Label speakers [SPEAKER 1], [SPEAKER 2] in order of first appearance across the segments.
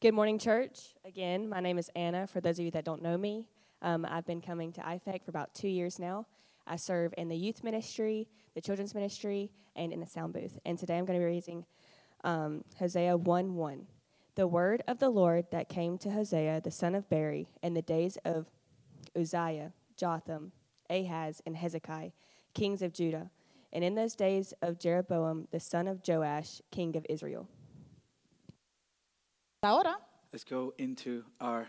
[SPEAKER 1] Good morning, church. Again, my name is Anna. For those of you that don't know me, um, I've been coming to IFEC for about two years now. I serve in the youth ministry, the children's ministry, and in the sound booth. And today I'm going to be reading um, Hosea 1 1. The word of the Lord that came to Hosea, the son of Beri, in the days of Uzziah, Jotham, Ahaz, and Hezekiah, kings of Judah, and in those days of Jeroboam, the son of Joash, king of Israel.
[SPEAKER 2] Ahora
[SPEAKER 3] Let's go into our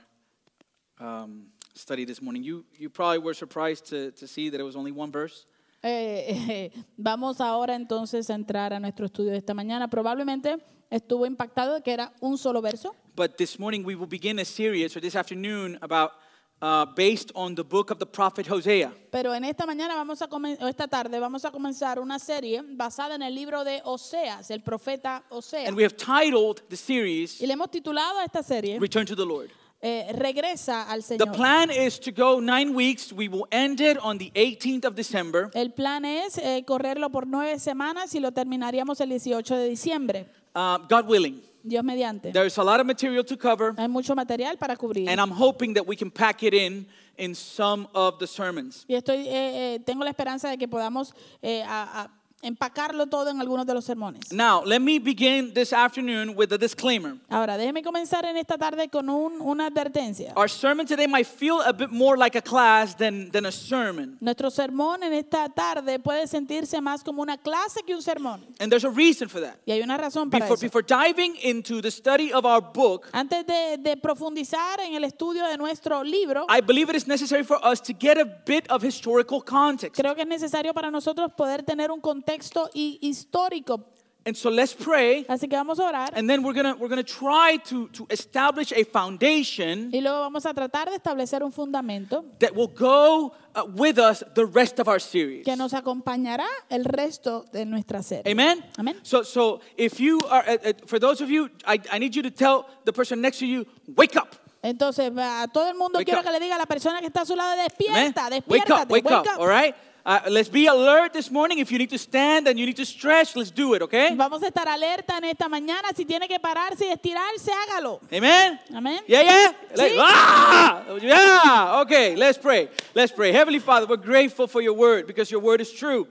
[SPEAKER 3] um, study this morning. You, you probably were surprised to, to see that it was only one verse.
[SPEAKER 2] eh, eh, vamos ahora entonces a entrar a nuestro estudio de esta mañana. Probablemente estuvo impactado de que era un solo verso,
[SPEAKER 3] But this morning we will begin a series, or this afternoon, about uh, based on the book of the prophet Hosea.
[SPEAKER 2] pero en esta mañana vamos a comen- o esta tarde vamos a comenzar una serie basada en el libro de Oseas, el profeta Oseas.
[SPEAKER 3] And we have titled the series
[SPEAKER 2] Y le hemos titulado a esta serie
[SPEAKER 3] Return to the Lord.
[SPEAKER 2] eh, Regresa al
[SPEAKER 3] The
[SPEAKER 2] Señor.
[SPEAKER 3] plan is to go nine weeks. We will end it on the 18th of December.
[SPEAKER 2] El plan es eh, correrlo por nueve semanas y lo terminaríamos el 18 de diciembre,
[SPEAKER 3] Uh, God willing.
[SPEAKER 2] Dios mediante.
[SPEAKER 3] There's a lot of material to cover,
[SPEAKER 2] Hay mucho material para cubrir.
[SPEAKER 3] and I'm hoping that we can pack it in in some of the sermons.
[SPEAKER 2] Y estoy, eh, eh, tengo la esperanza de que podamos eh, a- a empacarlo todo en algunos de los sermones.
[SPEAKER 3] Now, let me begin this afternoon with a disclaimer.
[SPEAKER 2] Ahora, déjeme comenzar en esta tarde con un- una advertencia.
[SPEAKER 3] Our sermon today might feel a bit more like a class than, than a sermon.
[SPEAKER 2] Nuestro sermón en esta tarde puede sentirse más como una clase que un sermón.
[SPEAKER 3] And there's a reason for that.
[SPEAKER 2] Y hay una razón para
[SPEAKER 3] Before,
[SPEAKER 2] eso.
[SPEAKER 3] before diving into the study of our book,
[SPEAKER 2] Antes de, de profundizar en el estudio de nuestro libro,
[SPEAKER 3] I believe it is necessary for us to get a bit of historical context.
[SPEAKER 2] creo que es necesario para nosotros poder tener un contexto hi- histórico.
[SPEAKER 3] And so let's pray,
[SPEAKER 2] Así que vamos a orar
[SPEAKER 3] and then we're gonna we're gonna try to, to establish a foundation
[SPEAKER 2] y luego vamos a tratar de establecer un fundamento
[SPEAKER 3] that will go uh, with us the rest of our series.
[SPEAKER 2] que nos acompañará el resto de nuestra serie.
[SPEAKER 3] Amen.
[SPEAKER 2] Amen.
[SPEAKER 3] So, so if you are, uh, uh, for those of you, I, I need you to tell the person next to you, wake up.
[SPEAKER 2] Entonces, a todo el mundo
[SPEAKER 3] Wake
[SPEAKER 2] quiero
[SPEAKER 3] up.
[SPEAKER 2] que le diga a la persona que está a su lado,
[SPEAKER 3] Amen.
[SPEAKER 2] despierta,
[SPEAKER 3] Wake
[SPEAKER 2] despierta,
[SPEAKER 3] up, wake, up, all right? Uh, let's be alert this morning. If you need to stand and you need to stretch, let's do it, okay?
[SPEAKER 2] Vamos a estar alerta en esta mañana. Si tiene que pararse y estirarse, hágalo.
[SPEAKER 3] Amen?
[SPEAKER 2] Amen.
[SPEAKER 3] Yeah, yeah? Let-
[SPEAKER 2] See?
[SPEAKER 3] ah! Yeah, okay, let's pray. Let's pray. Heavenly Father, we're grateful for your word because your word is true.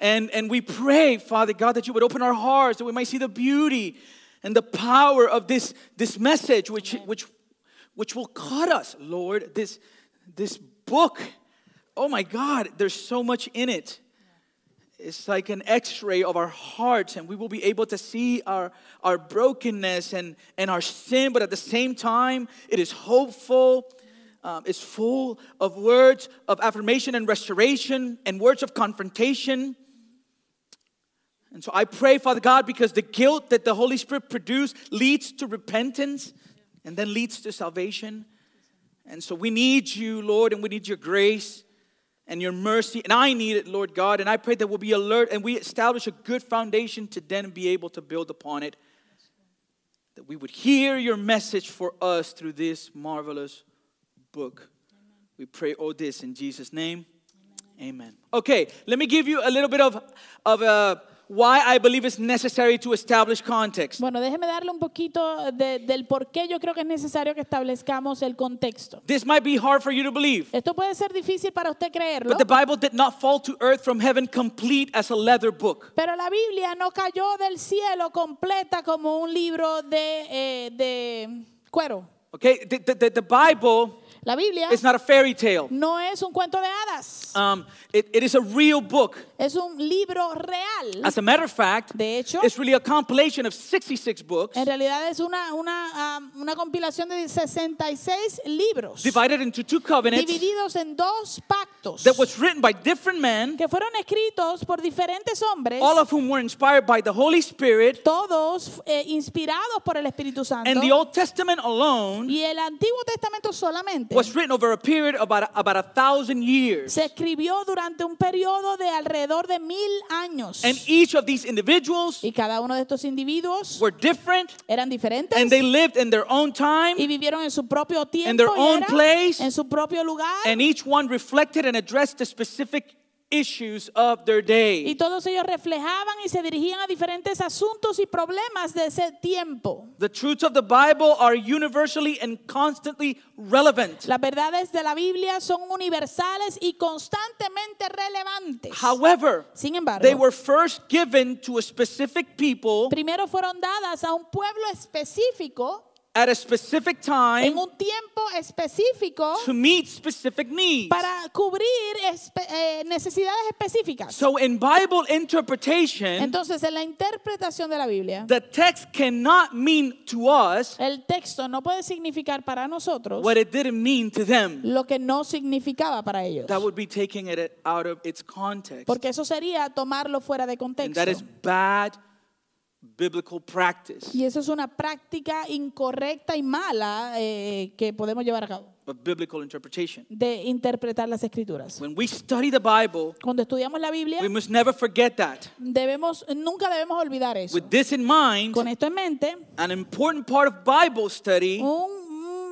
[SPEAKER 3] And, and we pray, Father God, that you would open our hearts, that we might see the beauty and the power of this, this message, which, which, which will cut us, Lord. This, this book, oh my God, there's so much in it. It's like an x ray of our hearts, and we will be able to see our, our brokenness and, and our sin, but at the same time, it is hopeful. Um, it's full of words of affirmation and restoration and words of confrontation. And so I pray, Father God, because the guilt that the Holy Spirit produced leads to repentance and then leads to salvation. And so we need you, Lord, and we need your grace and your mercy. And I need it, Lord God. And I pray that we'll be alert and we establish a good foundation to then be able to build upon it. That we would hear your message for us through this marvelous book. We pray all this in Jesus' name. Amen. Okay, let me give you a little bit of, of uh, why I believe it's necessary to establish context.
[SPEAKER 2] Bueno, déjeme darle un poquito de- del por qué yo creo que es necesario que establezcamos el contexto.
[SPEAKER 3] This might be hard for you to believe.
[SPEAKER 2] Esto puede ser difícil para usted creerlo,
[SPEAKER 3] But the Bible did not fall to earth from heaven complete as a leather book.
[SPEAKER 2] pero la Biblia no cayó del cielo completa como un libro de, eh, de cuero.
[SPEAKER 3] Okay, the, the, the- the Bible
[SPEAKER 2] La Biblia
[SPEAKER 3] is not a fairy tale.
[SPEAKER 2] no es un cuento de hadas,
[SPEAKER 3] Um, it, it is a real book.
[SPEAKER 2] es un libro real.
[SPEAKER 3] As a matter of fact,
[SPEAKER 2] De hecho,
[SPEAKER 3] it's really a compilation of 66 books
[SPEAKER 2] En realidad es una, una, ah, una compilación de 66 libros
[SPEAKER 3] divided into two covenants
[SPEAKER 2] divididos en dos pactos
[SPEAKER 3] that was written by different men,
[SPEAKER 2] que fueron escritos por diferentes hombres,
[SPEAKER 3] all of whom were inspired by the Holy Spirit.
[SPEAKER 2] todos eh, inspirados por el Espíritu Santo.
[SPEAKER 3] And the Old Testament alone
[SPEAKER 2] Y el Antiguo Testamento solamente
[SPEAKER 3] was written over a period of about, about a thousand years.
[SPEAKER 2] se escribió durante un periodo de alrededor de mil años.
[SPEAKER 3] And each of these individuals
[SPEAKER 2] Y cada uno de estos individuos
[SPEAKER 3] were different
[SPEAKER 2] eran diferentes
[SPEAKER 3] and they lived in their own time.
[SPEAKER 2] y vivieron en su propio tiempo,
[SPEAKER 3] their
[SPEAKER 2] y
[SPEAKER 3] own
[SPEAKER 2] era
[SPEAKER 3] place.
[SPEAKER 2] en su propio lugar.
[SPEAKER 3] and each one reflected and addressed the specific issues of their
[SPEAKER 2] Y
[SPEAKER 3] day.
[SPEAKER 2] todos ellos reflejaban y se dirigían a diferentes asuntos y problemas de ese tiempo.
[SPEAKER 3] The truths of the Bible are universally and constantly relevant.
[SPEAKER 2] Las verdades de la Biblia son universales y constantemente relevantes.
[SPEAKER 3] However,
[SPEAKER 2] Sin embargo,
[SPEAKER 3] they were first given to a specific people
[SPEAKER 2] primero fueron dadas a un pueblo específico,
[SPEAKER 3] at a specific
[SPEAKER 2] en
[SPEAKER 3] time
[SPEAKER 2] un tiempo específico,
[SPEAKER 3] to meet specific needs.
[SPEAKER 2] para cubrir espe- eh, necesidades específicas.
[SPEAKER 3] So, in Bible interpretation,
[SPEAKER 2] Entonces, en la interpretación de la Biblia,
[SPEAKER 3] the text cannot mean to us
[SPEAKER 2] el texto no puede significar para nosotros
[SPEAKER 3] what it didn't mean to them.
[SPEAKER 2] lo que no significaba para ellos.
[SPEAKER 3] That would be taking it out of its context.
[SPEAKER 2] Porque eso sería tomarlo fuera de
[SPEAKER 3] And
[SPEAKER 2] contexto.
[SPEAKER 3] that is bad biblical practice
[SPEAKER 2] Y eso es una práctica incorrecta y mala eh, que podemos llevar a cabo
[SPEAKER 3] of biblical interpretation.
[SPEAKER 2] de interpretar las escrituras.
[SPEAKER 3] When we study the Bible,
[SPEAKER 2] Cuando estudiamos la Biblia,
[SPEAKER 3] we must never forget that.
[SPEAKER 2] debemos, nunca debemos olvidar eso.
[SPEAKER 3] With this in mind,
[SPEAKER 2] Con esto en mente,
[SPEAKER 3] an important part of Bible study
[SPEAKER 2] Oh, un-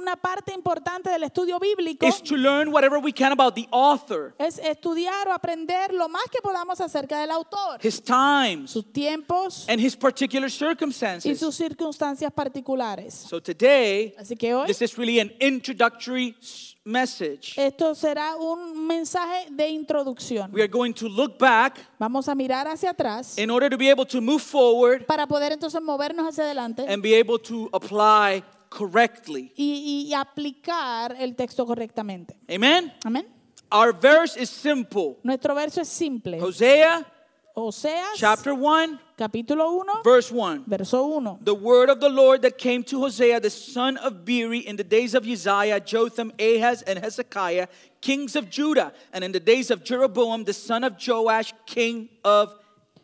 [SPEAKER 2] una parte importante del estudio bíblico
[SPEAKER 3] is to learn whatever we can about the author,
[SPEAKER 2] es estudiar o aprender lo más que podamos acerca del autor,
[SPEAKER 3] his times,
[SPEAKER 2] sus tiempos
[SPEAKER 3] and his particular
[SPEAKER 2] y
[SPEAKER 3] circumstances.
[SPEAKER 2] sus circunstancias particulares.
[SPEAKER 3] So today,
[SPEAKER 2] Así que hoy
[SPEAKER 3] this is really an introductory s- message.
[SPEAKER 2] esto será un mensaje de introducción.
[SPEAKER 3] We are going to look back
[SPEAKER 2] Vamos a mirar hacia atrás
[SPEAKER 3] in order to be able to move forward
[SPEAKER 2] para poder entonces movernos hacia adelante
[SPEAKER 3] and be able to apply correctly.
[SPEAKER 2] y, y aplicar el texto correctamente.
[SPEAKER 3] Amen?
[SPEAKER 2] Amén.
[SPEAKER 3] Our verse is simple
[SPEAKER 2] Nuestro verso es simple.
[SPEAKER 3] Hosea
[SPEAKER 2] Oseas,
[SPEAKER 3] chapter 1,
[SPEAKER 2] capítulo 1,
[SPEAKER 3] verse 1.
[SPEAKER 2] verso 1.
[SPEAKER 3] The word of the Lord that came to Hosea the son of Beeri in the days of Uzziah, Jotham, Ahaz, and Hezekiah, kings of Judah, and in the days of Jeroboam the son of Joash, king of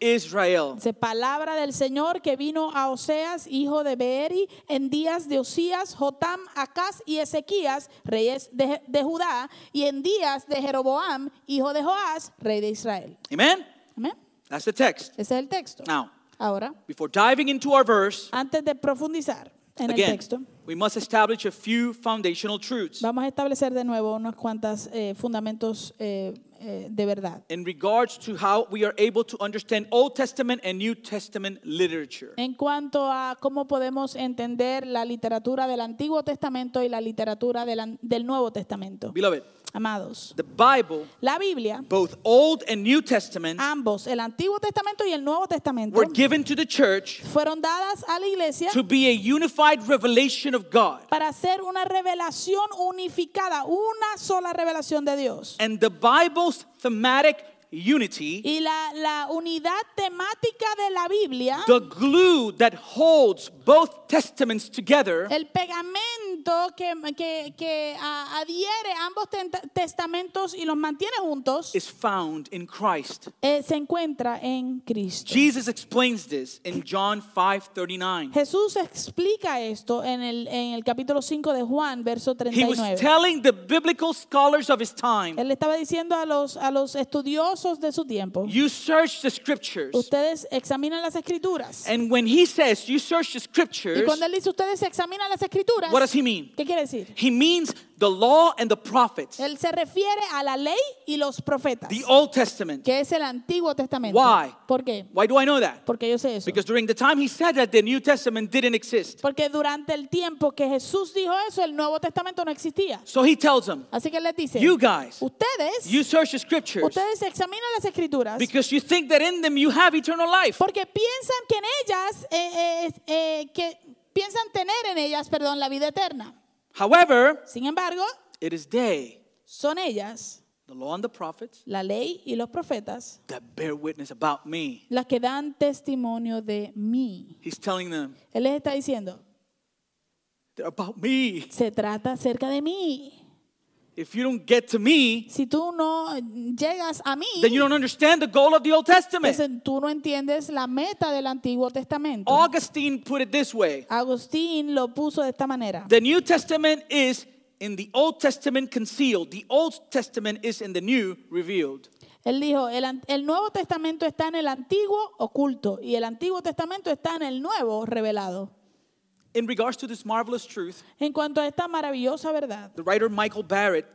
[SPEAKER 3] Israel.
[SPEAKER 2] Dice, palabra del Señor que vino a Oseas, hijo de Beeri, en días de Osías, Jotam, Acaz y Ezequías, reyes de, de Judá, y en días de Jeroboam, hijo de Joás, rey de Israel.
[SPEAKER 3] Amen?
[SPEAKER 2] Amén.
[SPEAKER 3] That's the text.
[SPEAKER 2] Ese es el texto.
[SPEAKER 3] Now,
[SPEAKER 2] Ahora,
[SPEAKER 3] before diving into our verse,
[SPEAKER 2] antes de profundizar en el
[SPEAKER 3] again,
[SPEAKER 2] texto,
[SPEAKER 3] we must establish a few foundational truths
[SPEAKER 2] Vamos a establecer de nuevo unos cuantos fundamentos eh, eh, de verdad
[SPEAKER 3] in regards to how we are able to understand Old Testament and New Testament literature.
[SPEAKER 2] en cuanto a cómo podemos entender la literatura del Antiguo Testamento y la literatura del, An- del Nuevo Testamento.
[SPEAKER 3] Beloved,
[SPEAKER 2] Amados,
[SPEAKER 3] the Bible,
[SPEAKER 2] la Biblia,
[SPEAKER 3] both Old and New Testament,
[SPEAKER 2] ambos, el Antiguo Testamento y el Nuevo Testamento,
[SPEAKER 3] were given to the church
[SPEAKER 2] fueron dadas a la iglesia
[SPEAKER 3] to be a unified revelation of God.
[SPEAKER 2] para ser una revelación unificada, una sola revelación de Dios.
[SPEAKER 3] And the Bible's thematic unity,
[SPEAKER 2] Y la, la unidad temática de la Biblia
[SPEAKER 3] the glue that holds both testaments together,
[SPEAKER 2] El pegamento que, que- que, ah, adhiere ambos tenta- testamentos y los mantiene juntos
[SPEAKER 3] is found in Christ.
[SPEAKER 2] eh, se encuentra en Cristo.
[SPEAKER 3] Jesus explains this in John 5:39.
[SPEAKER 2] Jesús explica esto en el, en el capítulo 5 de Juan, verso
[SPEAKER 3] He was
[SPEAKER 2] 39.
[SPEAKER 3] telling the biblical scholars of his time,
[SPEAKER 2] Él estaba diciendo a los, a los estudiosos de su tiempo,
[SPEAKER 3] you search the scriptures.
[SPEAKER 2] ustedes examinan las escrituras.
[SPEAKER 3] And when he says you search the
[SPEAKER 2] Y
[SPEAKER 3] scriptures,
[SPEAKER 2] cuando él dice, ustedes examinan las escrituras,
[SPEAKER 3] what does he mean?
[SPEAKER 2] ¿qué quiere decir?
[SPEAKER 3] He means the law and the prophets,
[SPEAKER 2] Él se refiere a la ley y los profetas,
[SPEAKER 3] the Old Testament.
[SPEAKER 2] que es el Antiguo Testamento.
[SPEAKER 3] Why?
[SPEAKER 2] ¿Por qué?
[SPEAKER 3] Why do I know that?
[SPEAKER 2] Porque yo sé eso.
[SPEAKER 3] Because during the time he said that, the New Testament didn't exist.
[SPEAKER 2] Porque durante el tiempo que Jesús dijo eso, el Nuevo Testamento no existía.
[SPEAKER 3] So he tells them,
[SPEAKER 2] Así que él les dice,
[SPEAKER 3] You guys,
[SPEAKER 2] ustedes,
[SPEAKER 3] you search the scriptures
[SPEAKER 2] ustedes examinan las escrituras
[SPEAKER 3] because you think that in them you have eternal life.
[SPEAKER 2] porque piensan que en ellas, eh, eh, eh, que piensan tener en ellas, perdón, la vida eterna.
[SPEAKER 3] However,
[SPEAKER 2] Sin embargo,
[SPEAKER 3] it is they,
[SPEAKER 2] son ellas,
[SPEAKER 3] the law and the prophets,
[SPEAKER 2] la ley y los profetas,
[SPEAKER 3] that bear witness about me.
[SPEAKER 2] las que dan testimonio de mí.
[SPEAKER 3] He's telling them,
[SPEAKER 2] Él les está diciendo,
[SPEAKER 3] they're about me.
[SPEAKER 2] se trata acerca de mí.
[SPEAKER 3] If you don't get to me,
[SPEAKER 2] Si tú no llegas a mí,
[SPEAKER 3] then you don't understand the goal of the Old Testament.
[SPEAKER 2] Entonces, tú no entiendes la meta del Antiguo Testamento.
[SPEAKER 3] Augustine put it this way
[SPEAKER 2] Agustín lo puso de esta manera.
[SPEAKER 3] The New Testament is in the Old Testament concealed, the Old Testament is in the New revealed.
[SPEAKER 2] Él dijo, el, an- el Nuevo Testamento está en el Antiguo oculto y el Antiguo Testamento está en el Nuevo revelado.
[SPEAKER 3] In regards to this marvelous truth,
[SPEAKER 2] En cuanto a esta maravillosa verdad,
[SPEAKER 3] the writer Michael Barrett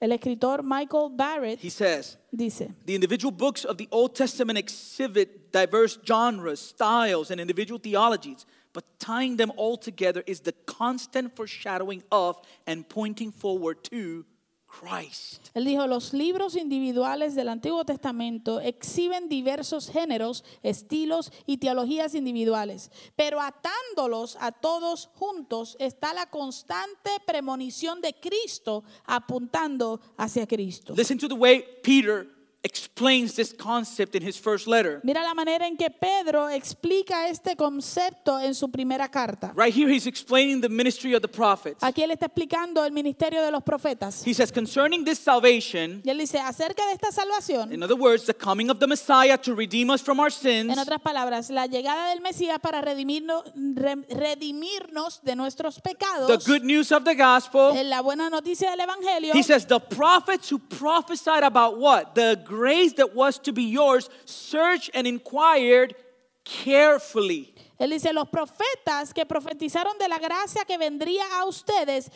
[SPEAKER 2] El escritor Michael Barrett
[SPEAKER 3] He says,
[SPEAKER 2] dice,
[SPEAKER 3] The individual books of the Old Testament exhibit diverse genres, styles, and individual theologies, but tying them all together is the constant foreshadowing of and pointing forward to Christ.
[SPEAKER 2] él dijo, los libros individuales del Antiguo Testamento exhiben diversos géneros, estilos y teologías individuales, pero atándolos a todos juntos está la constante premonición de Cristo apuntando hacia Cristo.
[SPEAKER 3] Listen to the way Peter explains this concept in his first letter.
[SPEAKER 2] Mira la manera en que Pedro explica este concepto en su primera carta.
[SPEAKER 3] Right here, he's explaining the ministry of the prophets.
[SPEAKER 2] Aquí él está explicando el ministerio de los profetas.
[SPEAKER 3] He says, Concerning this salvation,
[SPEAKER 2] Y él dice, acerca de esta salvación,
[SPEAKER 3] in other words, the coming of the Messiah to redeem us from our sins.
[SPEAKER 2] en otras palabras, la llegada del Mesías para redimirnos, re- redimirnos de nuestros
[SPEAKER 3] The
[SPEAKER 2] pecados,
[SPEAKER 3] good news of the gospel.
[SPEAKER 2] en la buena noticia del Evangelio,
[SPEAKER 3] He says, The prophets who prophesied about what? The grace that was to be yours, searched and inquired carefully.
[SPEAKER 2] él dice, los profetas que profetizaron de la gracia que vendría a ustedes,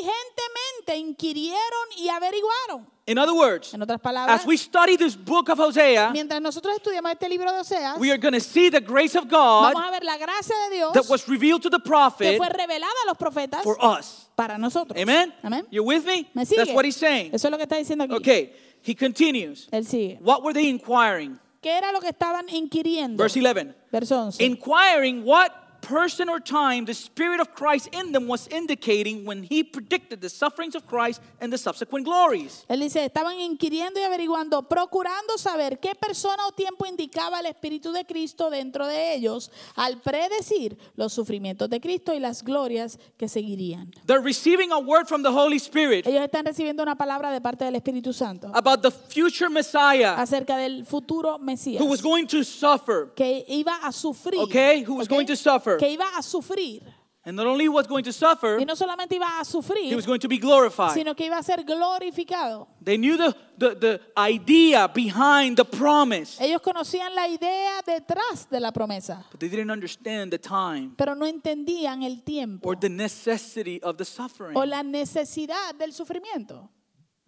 [SPEAKER 2] diligentemente inquirieron y averiguaron.
[SPEAKER 3] In other words,
[SPEAKER 2] En otras palabras,
[SPEAKER 3] as we study this book of Hosea,
[SPEAKER 2] mientras nosotros estudiamos este libro de Oseas,
[SPEAKER 3] we are going to see the grace of God
[SPEAKER 2] vamos a ver la gracia de
[SPEAKER 3] that
[SPEAKER 2] Dios
[SPEAKER 3] was revealed to the
[SPEAKER 2] que
[SPEAKER 3] prophet
[SPEAKER 2] fue revelada a los profetas
[SPEAKER 3] for us.
[SPEAKER 2] para nosotros.
[SPEAKER 3] Amen?
[SPEAKER 2] Amén.
[SPEAKER 3] You're with me?
[SPEAKER 2] ¿Me sigue?
[SPEAKER 3] That's what he's saying.
[SPEAKER 2] Eso es lo que está diciendo aquí.
[SPEAKER 3] Okay, he continues.
[SPEAKER 2] Él sigue.
[SPEAKER 3] What were they inquiring?
[SPEAKER 2] ¿Qué era lo que estaban inquiriendo?
[SPEAKER 3] Verse 11.
[SPEAKER 2] Verso 11.
[SPEAKER 3] Inquiring what person or time the Spirit of Christ in them was indicating when he predicted the sufferings of Christ and the subsequent glories.
[SPEAKER 2] Él dice, estaban inquiriendo y averiguando, procurando saber qué persona o tiempo indicaba el Espíritu de Cristo dentro de ellos al predecir los sufrimientos de Cristo y las glorias que seguirían.
[SPEAKER 3] They're receiving a word from the Holy Spirit
[SPEAKER 2] Ellos están recibiendo una palabra de parte del Espíritu Santo
[SPEAKER 3] about the future Messiah
[SPEAKER 2] acerca del futuro Mesías
[SPEAKER 3] who was going to suffer.
[SPEAKER 2] que iba a sufrir.
[SPEAKER 3] Okay, who was
[SPEAKER 2] ¿ok?
[SPEAKER 3] going to suffer.
[SPEAKER 2] Que iba a sufrir.
[SPEAKER 3] And not only was going to suffer,
[SPEAKER 2] Y no solamente iba a
[SPEAKER 3] he
[SPEAKER 2] sufrir,
[SPEAKER 3] was going to be glorified.
[SPEAKER 2] sino que iba a ser glorificado.
[SPEAKER 3] They knew the, the, the idea behind the promise,
[SPEAKER 2] Ellos conocían la idea detrás de la promesa,
[SPEAKER 3] but they didn't understand the time
[SPEAKER 2] pero no entendían el tiempo
[SPEAKER 3] or the necessity of the suffering.
[SPEAKER 2] o la necesidad del sufrimiento.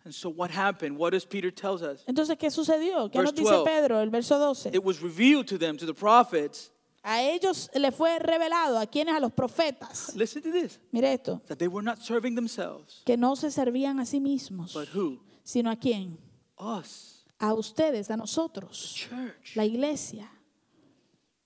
[SPEAKER 3] And so what happened? What does Peter tells us?
[SPEAKER 2] Entonces, ¿qué sucedió? ¿Qué
[SPEAKER 3] Verse
[SPEAKER 2] nos dice
[SPEAKER 3] 12.
[SPEAKER 2] Pedro, el verso 12?
[SPEAKER 3] It was revealed to them, to the prophets,
[SPEAKER 2] A ellos le fue revelado, a quienes, a los profetas.
[SPEAKER 3] Listen to this
[SPEAKER 2] Mire esto,
[SPEAKER 3] that they were not serving themselves,
[SPEAKER 2] que no se servían a sí mismos,
[SPEAKER 3] but who?
[SPEAKER 2] sino a quién?
[SPEAKER 3] Us,
[SPEAKER 2] A ustedes, a nosotros,
[SPEAKER 3] church.
[SPEAKER 2] la iglesia.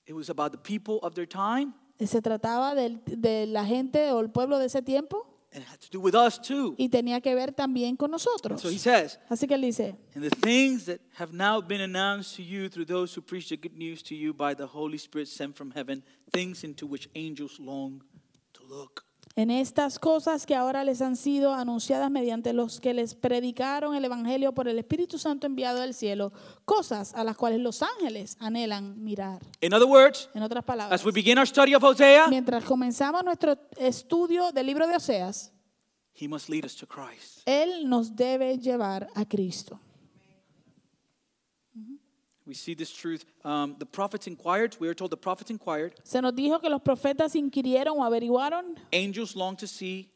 [SPEAKER 3] It was about the people of their time,
[SPEAKER 2] Se trataba del- de la gente o el pueblo de ese tiempo
[SPEAKER 3] and it had to do with us too.
[SPEAKER 2] y tenía que ver también con nosotros.
[SPEAKER 3] So he says,
[SPEAKER 2] Así que él dice,
[SPEAKER 3] and the things that have now been announced to you through those who preach the good news to you by the Holy Spirit sent from heaven, things into which angels long to look.
[SPEAKER 2] En estas cosas que ahora les han sido anunciadas mediante los que les predicaron el Evangelio por el Espíritu Santo enviado del cielo, cosas a las cuales los ángeles anhelan mirar.
[SPEAKER 3] In other words,
[SPEAKER 2] En otras palabras,
[SPEAKER 3] as we begin our study of Hosea,
[SPEAKER 2] mientras comenzamos nuestro estudio del libro de Oseas,
[SPEAKER 3] he must lead us to Christ.
[SPEAKER 2] Él nos debe llevar a Cristo.
[SPEAKER 3] We see this truth. Um, the prophets inquired. We are told the prophets inquired.
[SPEAKER 2] Se nos dijo que los profetas inquirieron o averiguaron.
[SPEAKER 3] Angels long to see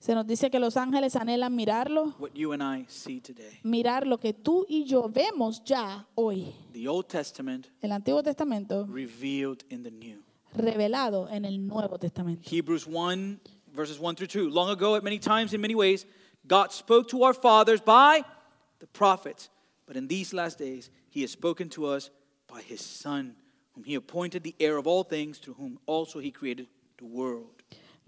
[SPEAKER 2] Se nos dice que los ángeles anhelan mirarlo,
[SPEAKER 3] what you and I see today.
[SPEAKER 2] mirar lo que tú y yo vemos ya hoy.
[SPEAKER 3] The Old Testament
[SPEAKER 2] El Antiguo Testamento
[SPEAKER 3] revealed in the New.
[SPEAKER 2] revelado en el Nuevo Testamento.
[SPEAKER 3] Hebrews 1, verses 1 through 2. Long ago, at many times, in many ways, God spoke to our fathers by the prophets. But in these last days, he has spoken to us by his Son, whom he appointed the heir of all things, through whom also he created the world.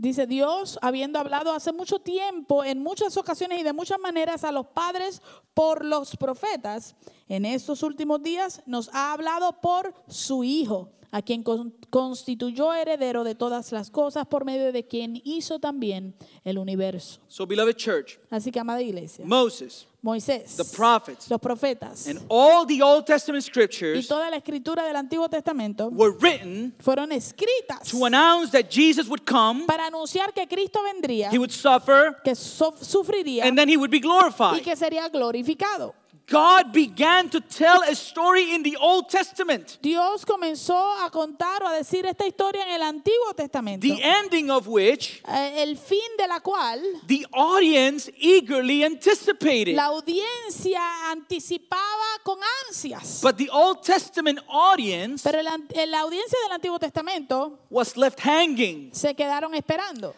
[SPEAKER 2] Dice Dios, habiendo hablado hace mucho tiempo, en muchas ocasiones y de muchas maneras a los padres por los profetas, en estos últimos días nos ha hablado por su Hijo, a quien con- constituyó heredero de todas las cosas, por medio de quien hizo también el universo.
[SPEAKER 3] So, beloved church,
[SPEAKER 2] Así que, amada iglesia,
[SPEAKER 3] Moses
[SPEAKER 2] Moisés,
[SPEAKER 3] The prophets.
[SPEAKER 2] los profetas
[SPEAKER 3] and all the Old Testament
[SPEAKER 2] y
[SPEAKER 3] scriptures
[SPEAKER 2] toda la escritura del Antiguo Testamento
[SPEAKER 3] were written
[SPEAKER 2] fueron escritas
[SPEAKER 3] to announce that Jesus would come,
[SPEAKER 2] para anunciar que Cristo vendría,
[SPEAKER 3] he would suffer,
[SPEAKER 2] que so- sufriría
[SPEAKER 3] and then he would be
[SPEAKER 2] y
[SPEAKER 3] glorified.
[SPEAKER 2] que sería glorificado.
[SPEAKER 3] God began to tell a story in the Old Testament,
[SPEAKER 2] Dios comenzó a contar o a decir esta historia en el Antiguo Testamento,
[SPEAKER 3] the ending of which
[SPEAKER 2] eh, el fin de la cual
[SPEAKER 3] the audience eagerly anticipated.
[SPEAKER 2] la audiencia anticipaba con ansias.
[SPEAKER 3] But the Old Testament audience
[SPEAKER 2] Pero el an- eh, la audiencia del Antiguo Testamento
[SPEAKER 3] was left hanging.
[SPEAKER 2] se quedaron esperando.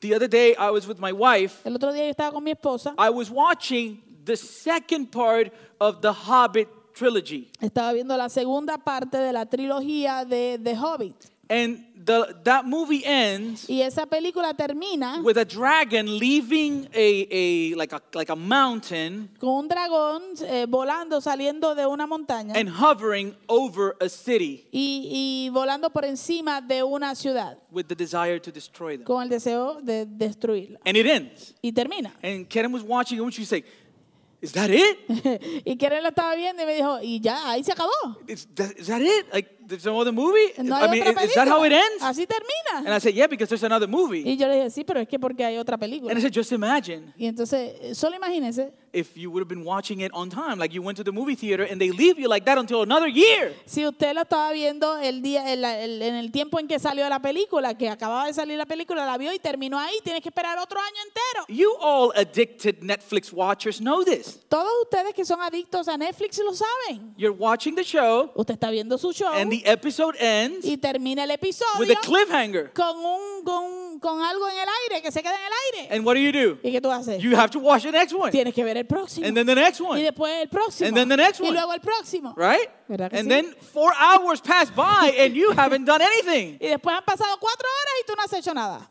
[SPEAKER 3] The other day, I was with my wife.
[SPEAKER 2] El otro día yo estaba con mi esposa,
[SPEAKER 3] I was watching the second part of the Hobbit trilogy.
[SPEAKER 2] estaba viendo la segunda parte de la trilogía de The Hobbit.
[SPEAKER 3] And the, that movie ends
[SPEAKER 2] Y esa película termina
[SPEAKER 3] with a dragon leaving a, a, like, a, like a mountain
[SPEAKER 2] con un dragón eh, volando, saliendo de una montaña
[SPEAKER 3] and hovering over a city
[SPEAKER 2] y, y volando por encima de una ciudad
[SPEAKER 3] with the desire to destroy them.
[SPEAKER 2] con el deseo de destruirla.
[SPEAKER 3] And it ends.
[SPEAKER 2] Y termina.
[SPEAKER 3] And Karen was watching and she was like, Is that it?
[SPEAKER 2] y Karen lo estaba viendo y me dijo, y ya, ahí se acabó.
[SPEAKER 3] Is that, is that it? Like, there's no other movie?
[SPEAKER 2] No hay
[SPEAKER 3] I mean,
[SPEAKER 2] otra
[SPEAKER 3] is, is that how it
[SPEAKER 2] película.
[SPEAKER 3] ends?
[SPEAKER 2] Así
[SPEAKER 3] And
[SPEAKER 2] termina.
[SPEAKER 3] I said, Yeah, because there's another movie.
[SPEAKER 2] Y yo le dije, sí, pero es que porque hay otra película.
[SPEAKER 3] And I said, Just imagine
[SPEAKER 2] Y entonces, eh, solo imagínense,
[SPEAKER 3] if you would have been watching it on time. Like, you went to the movie theater and they leave you like that until another year.
[SPEAKER 2] si usted lo estaba viendo el día, en, la- el- en el tiempo en que salió la película, que acababa de salir la película, la vio y terminó ahí, tienes que esperar otro año entero.
[SPEAKER 3] You all addicted Netflix watchers know this.
[SPEAKER 2] Todos ustedes que son adictos a Netflix lo saben.
[SPEAKER 3] You're watching the show
[SPEAKER 2] Usted está viendo su show
[SPEAKER 3] and the episode ends
[SPEAKER 2] y termina el
[SPEAKER 3] with a
[SPEAKER 2] episodio
[SPEAKER 3] cliffhanger.
[SPEAKER 2] con, un, con, con algo en el aire, que se queda en el aire.
[SPEAKER 3] And what do you do?
[SPEAKER 2] ¿Y qué tú haces?
[SPEAKER 3] You have to watch the next one.
[SPEAKER 2] Tienes que ver el próximo.
[SPEAKER 3] And then the next
[SPEAKER 2] y
[SPEAKER 3] one.
[SPEAKER 2] después el próximo.
[SPEAKER 3] And then the next
[SPEAKER 2] Y
[SPEAKER 3] one.
[SPEAKER 2] luego el próximo.
[SPEAKER 3] Right?
[SPEAKER 2] ¿Verdad que sí?
[SPEAKER 3] And then four hours pass by and you haven't done anything.
[SPEAKER 2] Y después han pasado cuatro horas y tú no has hecho nada.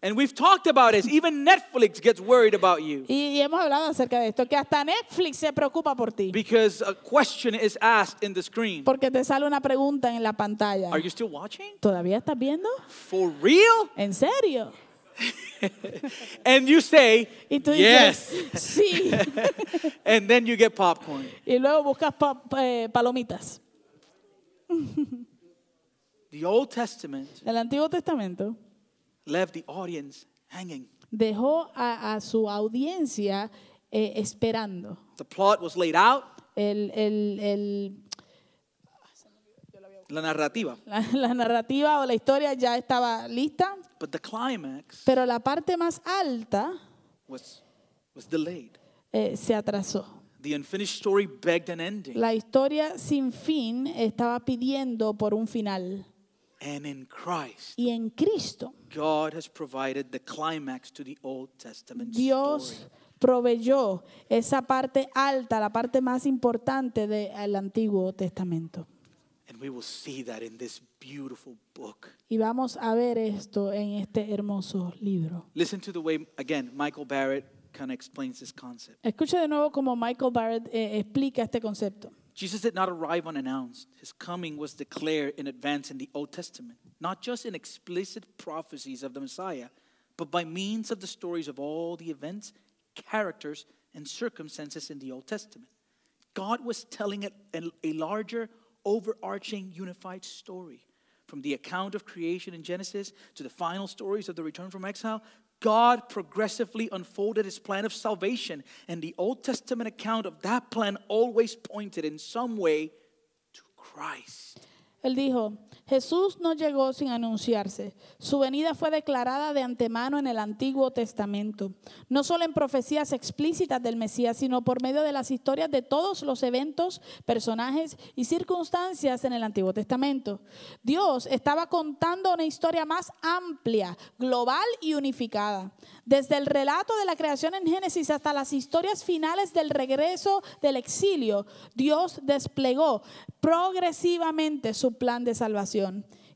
[SPEAKER 3] And we've talked about this. Even Netflix gets worried about you
[SPEAKER 2] Y, y hemos hablado acerca de esto, que hasta Netflix se preocupa por ti.
[SPEAKER 3] because a question is asked in the screen.
[SPEAKER 2] Porque te sale una pregunta en la pantalla.
[SPEAKER 3] Are you still watching?
[SPEAKER 2] ¿Todavía estás viendo?
[SPEAKER 3] For real?
[SPEAKER 2] ¿En serio?
[SPEAKER 3] And you say,
[SPEAKER 2] Y tú
[SPEAKER 3] yes.
[SPEAKER 2] dices, sí.
[SPEAKER 3] And then you get popcorn.
[SPEAKER 2] y luego buscas pa- eh, palomitas.
[SPEAKER 3] The Old Testament
[SPEAKER 2] El Antiguo Testamento
[SPEAKER 3] left the audience hanging.
[SPEAKER 2] dejó a, a su audiencia eh, esperando.
[SPEAKER 3] The plot was laid out,
[SPEAKER 2] El- el- el-
[SPEAKER 3] la narrativa.
[SPEAKER 2] la, la narrativa o la historia ya estaba lista,
[SPEAKER 3] But the climax
[SPEAKER 2] pero la parte más alta
[SPEAKER 3] was, was delayed.
[SPEAKER 2] eh, se atrasó.
[SPEAKER 3] The unfinished story begged an ending.
[SPEAKER 2] La historia sin fin estaba pidiendo por un final.
[SPEAKER 3] And in Christ,
[SPEAKER 2] Y en Cristo,
[SPEAKER 3] God has provided the climax to the Old Testament story.
[SPEAKER 2] Dios proveyó esa parte alta, la parte más importante del Antiguo Testamento.
[SPEAKER 3] And we will see that in this beautiful book.
[SPEAKER 2] Y vamos a ver esto en este hermoso libro.
[SPEAKER 3] Listen to the way, again, Michael Barrett kind of explains this concept.
[SPEAKER 2] Escucha de nuevo cómo Michael Barrett eh, explica este concepto.
[SPEAKER 3] Jesus did not arrive unannounced. His coming was declared in advance in the Old Testament, not just in explicit prophecies of the Messiah, but by means of the stories of all the events, characters, and circumstances in the Old Testament. God was telling a, a- a larger, overarching, unified story. From the account of creation in Genesis to the final stories of the return from exile, God progressively unfolded his plan of salvation, and the Old Testament account of that plan always pointed in some way to Christ.
[SPEAKER 2] Él dijo, Jesús no llegó sin anunciarse. Su venida fue declarada de antemano en el Antiguo Testamento, no solo en profecías explícitas del Mesías, sino por medio de las historias de todos los eventos, personajes y circunstancias en el Antiguo Testamento. Dios estaba contando una historia más amplia, global y unificada. Desde el relato de la creación en Génesis hasta las historias finales del regreso del exilio, Dios desplegó progresivamente su plan de salvación.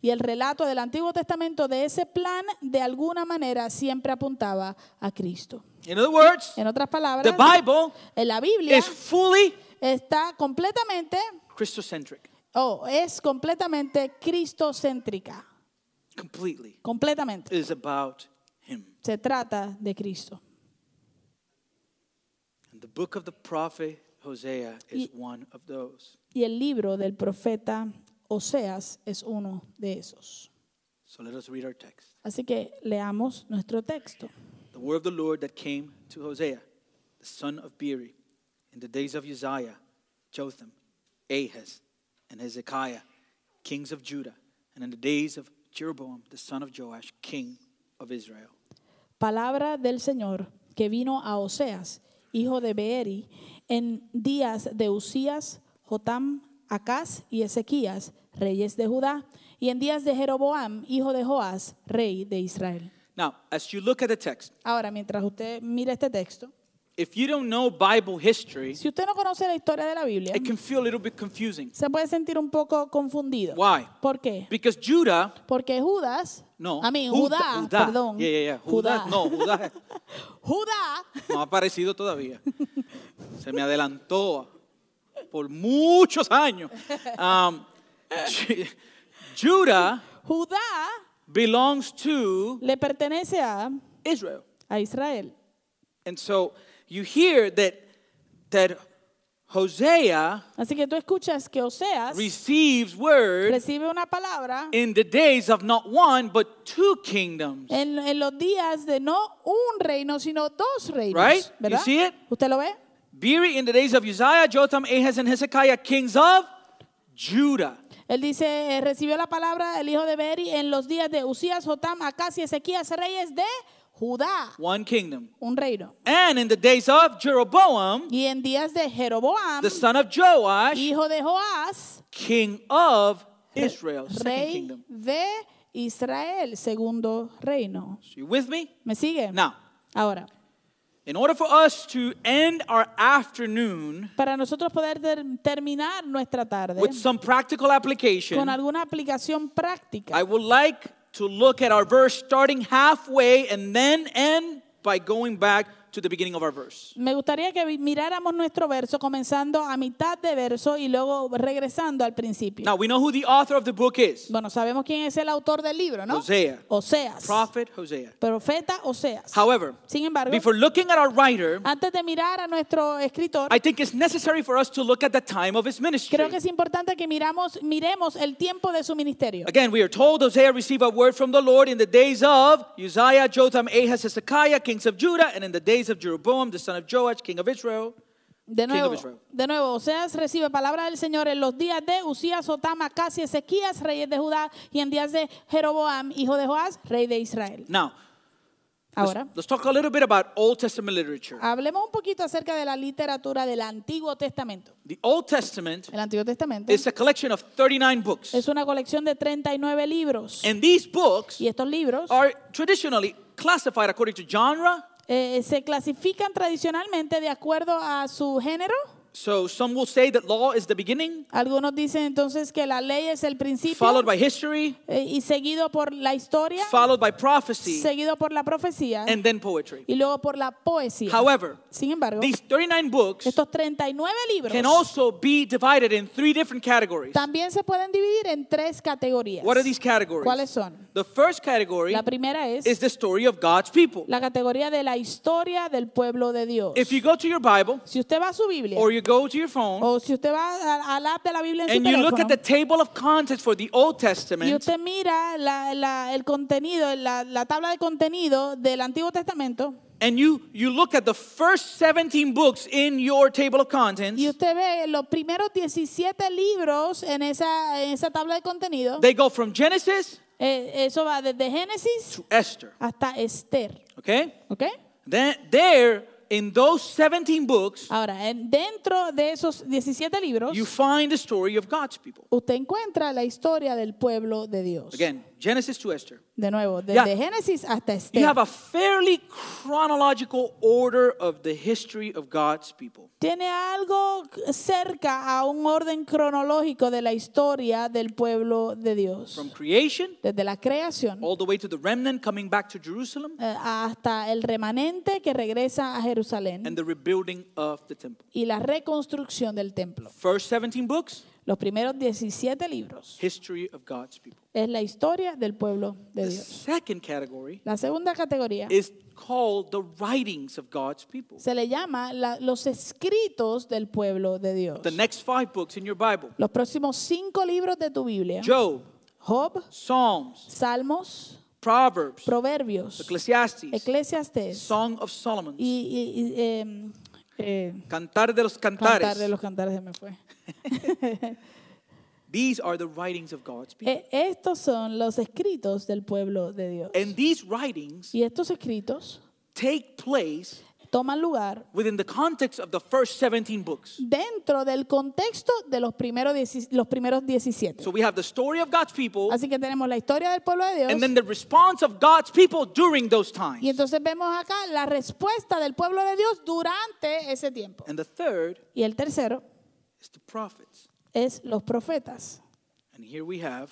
[SPEAKER 2] Y el relato del Antiguo Testamento de ese plan de alguna manera siempre apuntaba a Cristo.
[SPEAKER 3] In other words,
[SPEAKER 2] En otras
[SPEAKER 3] the
[SPEAKER 2] palabras,
[SPEAKER 3] Bible
[SPEAKER 2] en la Biblia
[SPEAKER 3] is fully
[SPEAKER 2] está completamente
[SPEAKER 3] Christocentric,
[SPEAKER 2] o es completamente cristocéntrica,
[SPEAKER 3] completely.
[SPEAKER 2] completamente.
[SPEAKER 3] It is about Him.
[SPEAKER 2] Se trata de Cristo.
[SPEAKER 3] And the book of the prophet Hosea
[SPEAKER 2] Y-
[SPEAKER 3] is one of those.
[SPEAKER 2] Y el libro del profeta Oseas es uno de esos.
[SPEAKER 3] So let us read our text.
[SPEAKER 2] Así que leamos nuestro texto.
[SPEAKER 3] the word of the Lord that came to Hosea, the son of Beeri, in the days of Uzziah, Jotham, Ahaz, and Hezekiah, kings of Judah, and in the days of Jeroboam, the son of Joash, king of Israel.
[SPEAKER 2] Palabra del Señor que vino a Oseas, hijo de Beeri, en días de Usías, Jotam, Acaz y Ezequías, reyes de Judá, y en días de Jeroboam, hijo de Joás, rey de Israel.
[SPEAKER 3] Now, as you look at the text,
[SPEAKER 2] Ahora, mientras usted mira este texto,
[SPEAKER 3] if you don't know Bible history,
[SPEAKER 2] si usted no conoce la historia de la Biblia,
[SPEAKER 3] it can feel a little bit confusing.
[SPEAKER 2] se puede sentir un poco confundido.
[SPEAKER 3] Why?
[SPEAKER 2] ¿Por qué?
[SPEAKER 3] Because Judah,
[SPEAKER 2] Porque Judas,
[SPEAKER 3] no,
[SPEAKER 2] a mí,
[SPEAKER 3] Juda-
[SPEAKER 2] Judá,
[SPEAKER 3] Judá.
[SPEAKER 2] perdón,
[SPEAKER 3] Yeah, yeah, yeah. Judá, no, Judá
[SPEAKER 2] Judá
[SPEAKER 3] no ha aparecido todavía. Se me adelantó por muchos años. Um, Ju- Judah
[SPEAKER 2] Judá
[SPEAKER 3] belongs to
[SPEAKER 2] le pertenece a,
[SPEAKER 3] Israel.
[SPEAKER 2] a Israel.
[SPEAKER 3] And so you hear that that Hosea
[SPEAKER 2] Así que tú escuchas que Oseas
[SPEAKER 3] receives word
[SPEAKER 2] recibe una palabra
[SPEAKER 3] in the days of not one but two kingdoms.
[SPEAKER 2] en, en los días de no un reino, sino dos reinos.
[SPEAKER 3] Right? You
[SPEAKER 2] ¿verdad?
[SPEAKER 3] see it?
[SPEAKER 2] ¿Usted lo ve?
[SPEAKER 3] Beeri in the days of Uzziah, Jotham, Ahaz, and Hezekiah, kings of Judah.
[SPEAKER 2] Él dice, eh, recibió la palabra del hijo de Beri en los días de Usías, Jotam, Acas y Ezequías, reyes de Judá,
[SPEAKER 3] One kingdom.
[SPEAKER 2] un reino.
[SPEAKER 3] And in the days of Jeroboam,
[SPEAKER 2] Y en días de Jeroboam,
[SPEAKER 3] the son of Joash,
[SPEAKER 2] hijo de Joás,
[SPEAKER 3] king of Israel, second
[SPEAKER 2] rey
[SPEAKER 3] kingdom.
[SPEAKER 2] de Israel, segundo reino.
[SPEAKER 3] So you with me?
[SPEAKER 2] ¿Me sigue?
[SPEAKER 3] Now,
[SPEAKER 2] Ahora,
[SPEAKER 3] in order for us to end our afternoon
[SPEAKER 2] para nosotros poder ter- terminar nuestra tarde
[SPEAKER 3] with some practical application,
[SPEAKER 2] con alguna aplicación práctica,
[SPEAKER 3] I would like to look at our verse starting halfway and then end by going back to the beginning of our verse.
[SPEAKER 2] Me gustaría que vi- miráramos nuestro verso comenzando a mitad de verso y luego regresando al principio.
[SPEAKER 3] Now, we know who the author of the book is
[SPEAKER 2] Bueno, sabemos quién es el autor del libro, ¿no?
[SPEAKER 3] Hosea.
[SPEAKER 2] Oseas.
[SPEAKER 3] Prophet Hosea.
[SPEAKER 2] Profeta Oseas.
[SPEAKER 3] However,
[SPEAKER 2] Sin embargo,
[SPEAKER 3] before looking at our writer,
[SPEAKER 2] antes de mirar a nuestro escritor,
[SPEAKER 3] I think it's necessary for us to look at the time of his ministry.
[SPEAKER 2] creo que es importante que miramos, miremos el tiempo de su ministerio.
[SPEAKER 3] Again, we are told Hosea received a word from the Lord in the days of Uzziah, Jotham, Ahaz, Hezekiah, kings of Judah, and in the days of Jeroboam, the son of Joash, king of Israel.
[SPEAKER 2] De
[SPEAKER 3] King of
[SPEAKER 2] nuevo,
[SPEAKER 3] Israel.
[SPEAKER 2] de nuevo, Oseas recibe palabra del Señor en los días de Usías, Otama, Casi, Ezequías, reyes de Judá, y en días de Jeroboam, hijo de Joás, rey de Israel.
[SPEAKER 3] Now, let's,
[SPEAKER 2] Ahora.
[SPEAKER 3] let's talk a little bit about Old Testament literature.
[SPEAKER 2] Hablemos un poquito acerca de la literatura del Antiguo Testamento.
[SPEAKER 3] The Old Testament
[SPEAKER 2] El Antiguo Testamento
[SPEAKER 3] is a collection of 39 books.
[SPEAKER 2] es una colección de 39 libros.
[SPEAKER 3] And these books
[SPEAKER 2] Y estos libros
[SPEAKER 3] are traditionally classified according to genre.
[SPEAKER 2] eh, se clasifican tradicionalmente de acuerdo a su género.
[SPEAKER 3] So some will say that law is the beginning,
[SPEAKER 2] Algunos dicen entonces que la ley es el principio
[SPEAKER 3] followed by history,
[SPEAKER 2] eh, y seguido por la historia,
[SPEAKER 3] followed by prophecy,
[SPEAKER 2] seguido por la profecía
[SPEAKER 3] and then poetry.
[SPEAKER 2] y luego por la poesía.
[SPEAKER 3] However,
[SPEAKER 2] Sin embargo,
[SPEAKER 3] these 39 books
[SPEAKER 2] estos 39
[SPEAKER 3] can
[SPEAKER 2] libros
[SPEAKER 3] also be divided in three different categories.
[SPEAKER 2] también se pueden dividir en tres categorías.
[SPEAKER 3] What are these
[SPEAKER 2] ¿Cuáles
[SPEAKER 3] categories?
[SPEAKER 2] son?
[SPEAKER 3] The first category
[SPEAKER 2] La primera es
[SPEAKER 3] is the story of God's people.
[SPEAKER 2] la categoría de la historia del pueblo de Dios.
[SPEAKER 3] If you go to your Bible
[SPEAKER 2] si usted va a su Biblia
[SPEAKER 3] or you go to your phone
[SPEAKER 2] o si usted va a- al app de la Biblia en su
[SPEAKER 3] and you look at the
[SPEAKER 2] teléfono
[SPEAKER 3] table of contents for the Old
[SPEAKER 2] y
[SPEAKER 3] Testament,
[SPEAKER 2] usted mira la, la- el contenido, la, la tabla de contenido del Antiguo Testamento
[SPEAKER 3] and you, you look at the first 17 books in your table of contents,
[SPEAKER 2] y usted ve los primeros 17 libros en esa, en esa tabla de contenido,
[SPEAKER 3] they go from Genesis
[SPEAKER 2] eh, eso va desde Génesis
[SPEAKER 3] to Esther.
[SPEAKER 2] hasta Esther.
[SPEAKER 3] Okay?
[SPEAKER 2] ¿Ok?
[SPEAKER 3] Then there, in those 17 books,
[SPEAKER 2] Ahora, en- dentro de esos 17 libros,
[SPEAKER 3] you find the story of God's people.
[SPEAKER 2] usted encuentra la historia del pueblo de Dios.
[SPEAKER 3] Again, Genesis to Esther.
[SPEAKER 2] De nuevo,
[SPEAKER 3] Ya.
[SPEAKER 2] desde Génesis hasta Esther.
[SPEAKER 3] You have a fairly chronological order of the history of God's people.
[SPEAKER 2] Tiene algo cerca a un orden cronológico de la historia del pueblo de Dios.
[SPEAKER 3] From creation
[SPEAKER 2] Desde la creación
[SPEAKER 3] all the way to the remnant coming back to Jerusalem
[SPEAKER 2] eh, hasta el remanente que regresa a Jerusalén
[SPEAKER 3] and the rebuilding of the temple.
[SPEAKER 2] y la reconstrucción del templo.
[SPEAKER 3] First 17 books,
[SPEAKER 2] Los primeros 17 libros
[SPEAKER 3] history of God's people.
[SPEAKER 2] es la historia del pueblo de
[SPEAKER 3] The
[SPEAKER 2] Dios.
[SPEAKER 3] second category
[SPEAKER 2] La segunda categoría
[SPEAKER 3] is called the writings of God's people.
[SPEAKER 2] se le llama la- los escritos del pueblo de Dios.
[SPEAKER 3] The next five books in your Bible
[SPEAKER 2] Los próximos cinco libros de tu Biblia,
[SPEAKER 3] Job,
[SPEAKER 2] Job,
[SPEAKER 3] Psalms,
[SPEAKER 2] Salmos,
[SPEAKER 3] Proverbs,
[SPEAKER 2] Proverbios,
[SPEAKER 3] Ecclesiastes,
[SPEAKER 2] Eclesiastes
[SPEAKER 3] Song of Solomon,
[SPEAKER 2] y, y- y, em, Eh,
[SPEAKER 3] Cantar de los cantares.
[SPEAKER 2] cantar de los cantares se me fue.
[SPEAKER 3] These are the writings of God's people.
[SPEAKER 2] Eh, estos son los escritos del pueblo de Dios.
[SPEAKER 3] and these writings
[SPEAKER 2] Y estos escritos
[SPEAKER 3] take place
[SPEAKER 2] toman lugar
[SPEAKER 3] within the context of the first 17 books.
[SPEAKER 2] dentro del contexto de los primeros, dieci- los primeros 17.
[SPEAKER 3] So we have the story of God's people
[SPEAKER 2] Así que tenemos la historia del pueblo de
[SPEAKER 3] and then
[SPEAKER 2] Dios.
[SPEAKER 3] the response of God's people during those times.
[SPEAKER 2] Y entonces vemos acá la respuesta del pueblo de Dios durante ese tiempo.
[SPEAKER 3] And the third
[SPEAKER 2] Y el tercero
[SPEAKER 3] is the prophets.
[SPEAKER 2] es los profetas.
[SPEAKER 3] And here we have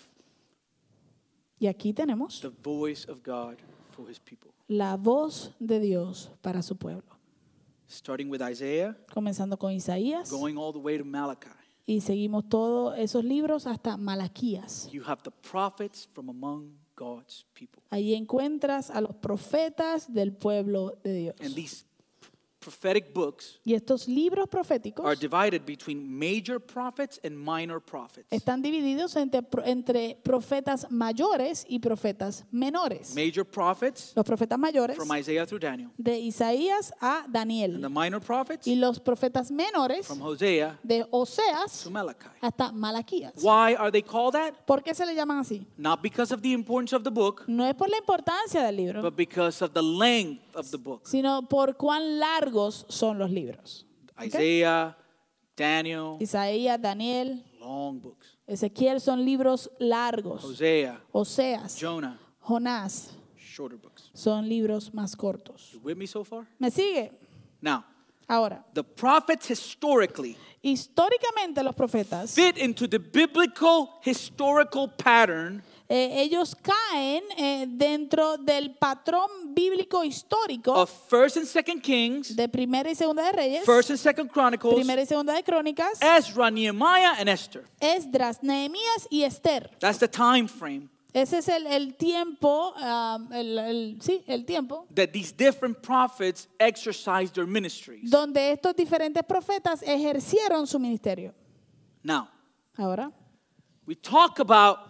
[SPEAKER 2] Y aquí tenemos
[SPEAKER 3] the voice of God for his people.
[SPEAKER 2] la voz de Dios para su pueblo.
[SPEAKER 3] Starting with Isaiah,
[SPEAKER 2] Comenzando con Isaías
[SPEAKER 3] going all the way to Malachi.
[SPEAKER 2] y seguimos todos esos libros hasta Malaquías.
[SPEAKER 3] You have the prophets from among God's people.
[SPEAKER 2] Ahí encuentras a los profetas del pueblo de Dios.
[SPEAKER 3] And these prophetic books
[SPEAKER 2] Y estos libros
[SPEAKER 3] are
[SPEAKER 2] proféticos
[SPEAKER 3] divided between major prophets and minor prophets.
[SPEAKER 2] están divididos entre, pro- entre profetas mayores y profetas menores.
[SPEAKER 3] Major prophets
[SPEAKER 2] Los profetas mayores
[SPEAKER 3] from Isaiah through Daniel,
[SPEAKER 2] de Isaías a
[SPEAKER 3] and
[SPEAKER 2] Daniel
[SPEAKER 3] the minor prophets
[SPEAKER 2] y los profetas menores
[SPEAKER 3] from Hosea
[SPEAKER 2] de Oseas
[SPEAKER 3] to Malachi.
[SPEAKER 2] hasta Malaquías.
[SPEAKER 3] Why are they called that?
[SPEAKER 2] ¿Por qué se le llaman así?
[SPEAKER 3] Not because of the importance of the book,
[SPEAKER 2] No es por la importancia del libro,
[SPEAKER 3] but because of the length of the book.
[SPEAKER 2] sino por cuán largos son los libros.
[SPEAKER 3] Isaiah, Daniel,
[SPEAKER 2] Isaías, Daniel,
[SPEAKER 3] long books.
[SPEAKER 2] Ezequiel son libros largos.
[SPEAKER 3] Hosea,
[SPEAKER 2] Oseas,
[SPEAKER 3] Jonah,
[SPEAKER 2] Jonás
[SPEAKER 3] shorter books.
[SPEAKER 2] son libros más cortos.
[SPEAKER 3] You with me so far?
[SPEAKER 2] ¿Me sigue?
[SPEAKER 3] Now,
[SPEAKER 2] Ahora,
[SPEAKER 3] the prophets historically
[SPEAKER 2] históricamente los profetas,
[SPEAKER 3] fit into the biblical historical pattern
[SPEAKER 2] eh, ellos caen eh, dentro del patrón bíblico histórico
[SPEAKER 3] of First and Second Kings,
[SPEAKER 2] de Primera y Segunda de Reyes,
[SPEAKER 3] First Em- and Second Chronicles,
[SPEAKER 2] Primera y Segunda de Crónicas,
[SPEAKER 3] Ezra, Nehemiah, and Esther.
[SPEAKER 2] Esdras, Nehemías y Esther.
[SPEAKER 3] That's the time frame
[SPEAKER 2] Ese es el, el tiempo, ah, el- el- sí, el tiempo
[SPEAKER 3] that these different prophets exercised their ministries.
[SPEAKER 2] donde estos diferentes profetas ejercieron su ministerio.
[SPEAKER 3] Now,
[SPEAKER 2] Ahora,
[SPEAKER 3] we talk about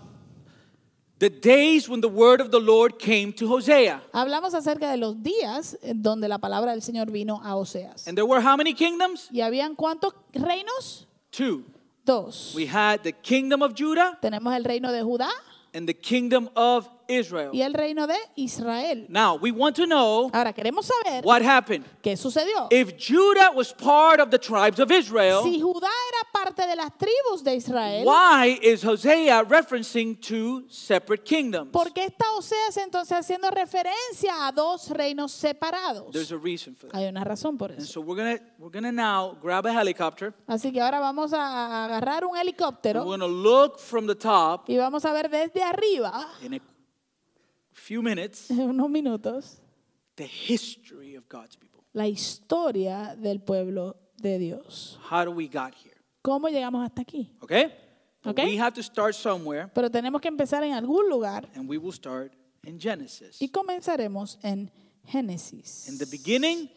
[SPEAKER 3] the days when the word of the Lord came to Hosea.
[SPEAKER 2] hablamos acerca de los días eh, donde la palabra del Señor vino a Oseas.
[SPEAKER 3] And there were how many kingdoms?
[SPEAKER 2] ¿Y habían cuántos reinos?
[SPEAKER 3] Two.
[SPEAKER 2] Dos.
[SPEAKER 3] We had the kingdom of Judah
[SPEAKER 2] Tenemos el reino de Judá
[SPEAKER 3] and the kingdom of Israel.
[SPEAKER 2] y el reino de Israel.
[SPEAKER 3] Now, we want to know
[SPEAKER 2] Ahora, queremos saber
[SPEAKER 3] what happened.
[SPEAKER 2] qué sucedió.
[SPEAKER 3] If Judah was part of the tribes of Israel,
[SPEAKER 2] Si Judá era parte de las tribus de Israel,
[SPEAKER 3] why is Hosea referencing two separate kingdoms?
[SPEAKER 2] ¿por qué está Oseas entonces haciendo referencia a dos reinos separados?
[SPEAKER 3] There's a reason for that.
[SPEAKER 2] Hay una razón por
[SPEAKER 3] And
[SPEAKER 2] eso.
[SPEAKER 3] so we're gonna we're gonna now grab a helicopter.
[SPEAKER 2] Así que ahora vamos a a agarrar un
[SPEAKER 3] and
[SPEAKER 2] helicóptero
[SPEAKER 3] We're gonna look from the top
[SPEAKER 2] y vamos a ver desde arriba,
[SPEAKER 3] in a few minutes
[SPEAKER 2] en unos minutos,
[SPEAKER 3] the history of God's people.
[SPEAKER 2] la historia del pueblo de Dios.
[SPEAKER 3] How do we got here?
[SPEAKER 2] ¿Cómo llegamos hasta aquí?
[SPEAKER 3] Okay? But
[SPEAKER 2] Okay.
[SPEAKER 3] We have to start somewhere,
[SPEAKER 2] Pero tenemos que empezar en algún lugar
[SPEAKER 3] and we will start in Genesis.
[SPEAKER 2] y comenzaremos en
[SPEAKER 3] In
[SPEAKER 2] Génesis.
[SPEAKER 3] the beginning,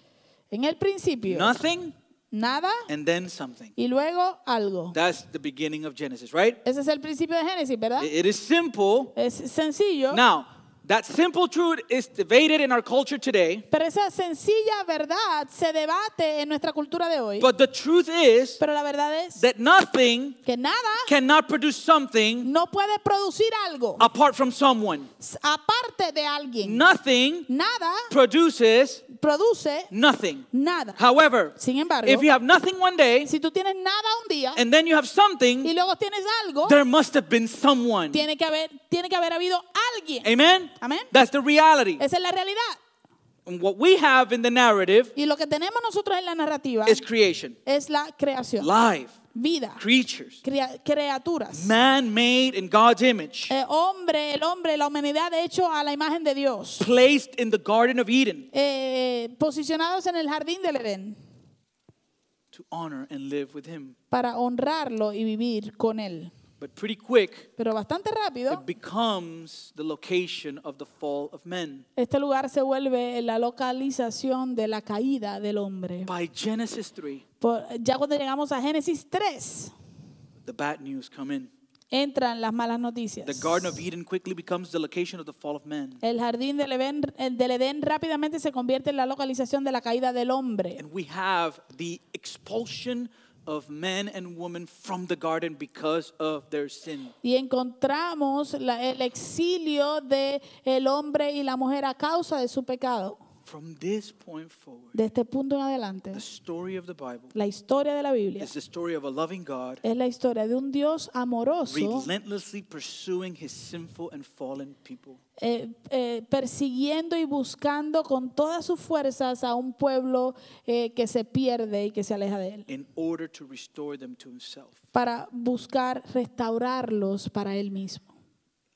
[SPEAKER 2] En el principio,
[SPEAKER 3] nothing,
[SPEAKER 2] nada
[SPEAKER 3] and then something.
[SPEAKER 2] y luego algo.
[SPEAKER 3] That's the beginning of Genesis, right?
[SPEAKER 2] Ese es el principio de Génesis, ¿verdad?
[SPEAKER 3] It- it is simple.
[SPEAKER 2] Es sencillo.
[SPEAKER 3] Now, that simple truth is debated in our culture today,
[SPEAKER 2] Pero esa sencilla verdad se debate en nuestra cultura de hoy.
[SPEAKER 3] but the truth is
[SPEAKER 2] Pero la verdad es
[SPEAKER 3] that nothing
[SPEAKER 2] que Ah. nada
[SPEAKER 3] cannot produce something
[SPEAKER 2] no puede producir algo
[SPEAKER 3] apart from someone.
[SPEAKER 2] s- aparte de alguien.
[SPEAKER 3] Nothing
[SPEAKER 2] Nada
[SPEAKER 3] produces
[SPEAKER 2] produce
[SPEAKER 3] nothing.
[SPEAKER 2] nada.
[SPEAKER 3] However,
[SPEAKER 2] Sin embargo,
[SPEAKER 3] if you have nothing one day
[SPEAKER 2] si tú tienes nada un día
[SPEAKER 3] and then you have
[SPEAKER 2] y
[SPEAKER 3] something,
[SPEAKER 2] luego tienes algo,
[SPEAKER 3] there must have been someone.
[SPEAKER 2] tiene que haber tiene que haber habido alguien.
[SPEAKER 3] Amen?
[SPEAKER 2] Amen.
[SPEAKER 3] That's the reality.
[SPEAKER 2] Esa es la realidad.
[SPEAKER 3] And what we have in the narrative
[SPEAKER 2] Y lo que tenemos nosotros en la narrativa
[SPEAKER 3] is creation,
[SPEAKER 2] es la creación,
[SPEAKER 3] life,
[SPEAKER 2] vida,
[SPEAKER 3] creatures,
[SPEAKER 2] crea- criaturas,
[SPEAKER 3] man made in God's image,
[SPEAKER 2] Eh, hombre, el hombre, la humanidad hecho a la imagen de Dios,
[SPEAKER 3] placed in the Garden of Eden
[SPEAKER 2] eh, posicionados en el jardín del Edén
[SPEAKER 3] to honor and live with Him.
[SPEAKER 2] para honrarlo y vivir con él.
[SPEAKER 3] But pretty quick,
[SPEAKER 2] Pero bastante rápido,
[SPEAKER 3] it becomes the location of the fall of men.
[SPEAKER 2] este lugar se vuelve la localización de la caída del hombre.
[SPEAKER 3] By Genesis 3,
[SPEAKER 2] Por- ya cuando llegamos a Génesis 3,
[SPEAKER 3] the bad news come in.
[SPEAKER 2] entran las malas noticias.
[SPEAKER 3] The Garden of Eden quickly becomes the location of the fall of man.
[SPEAKER 2] El jardín del Edén, el del Edén rápidamente se convierte en la localización de la caída del hombre.
[SPEAKER 3] And we have the expulsion of men and women from the garden because of their sin.
[SPEAKER 2] Y encontramos la- el exilio de el hombre y la mujer a causa de su pecado.
[SPEAKER 3] From this point forward,
[SPEAKER 2] De este punto en adelante,
[SPEAKER 3] the story of the Bible
[SPEAKER 2] la historia de la Biblia
[SPEAKER 3] is the story of a loving God
[SPEAKER 2] es la historia de un Dios amoroso
[SPEAKER 3] relentlessly pursuing his sinful and fallen people.
[SPEAKER 2] eh, eh, persiguiendo y buscando con todas sus fuerzas a un pueblo eh, que se pierde y que se aleja de él
[SPEAKER 3] in order to restore them to himself.
[SPEAKER 2] para buscar restaurarlos para él mismo.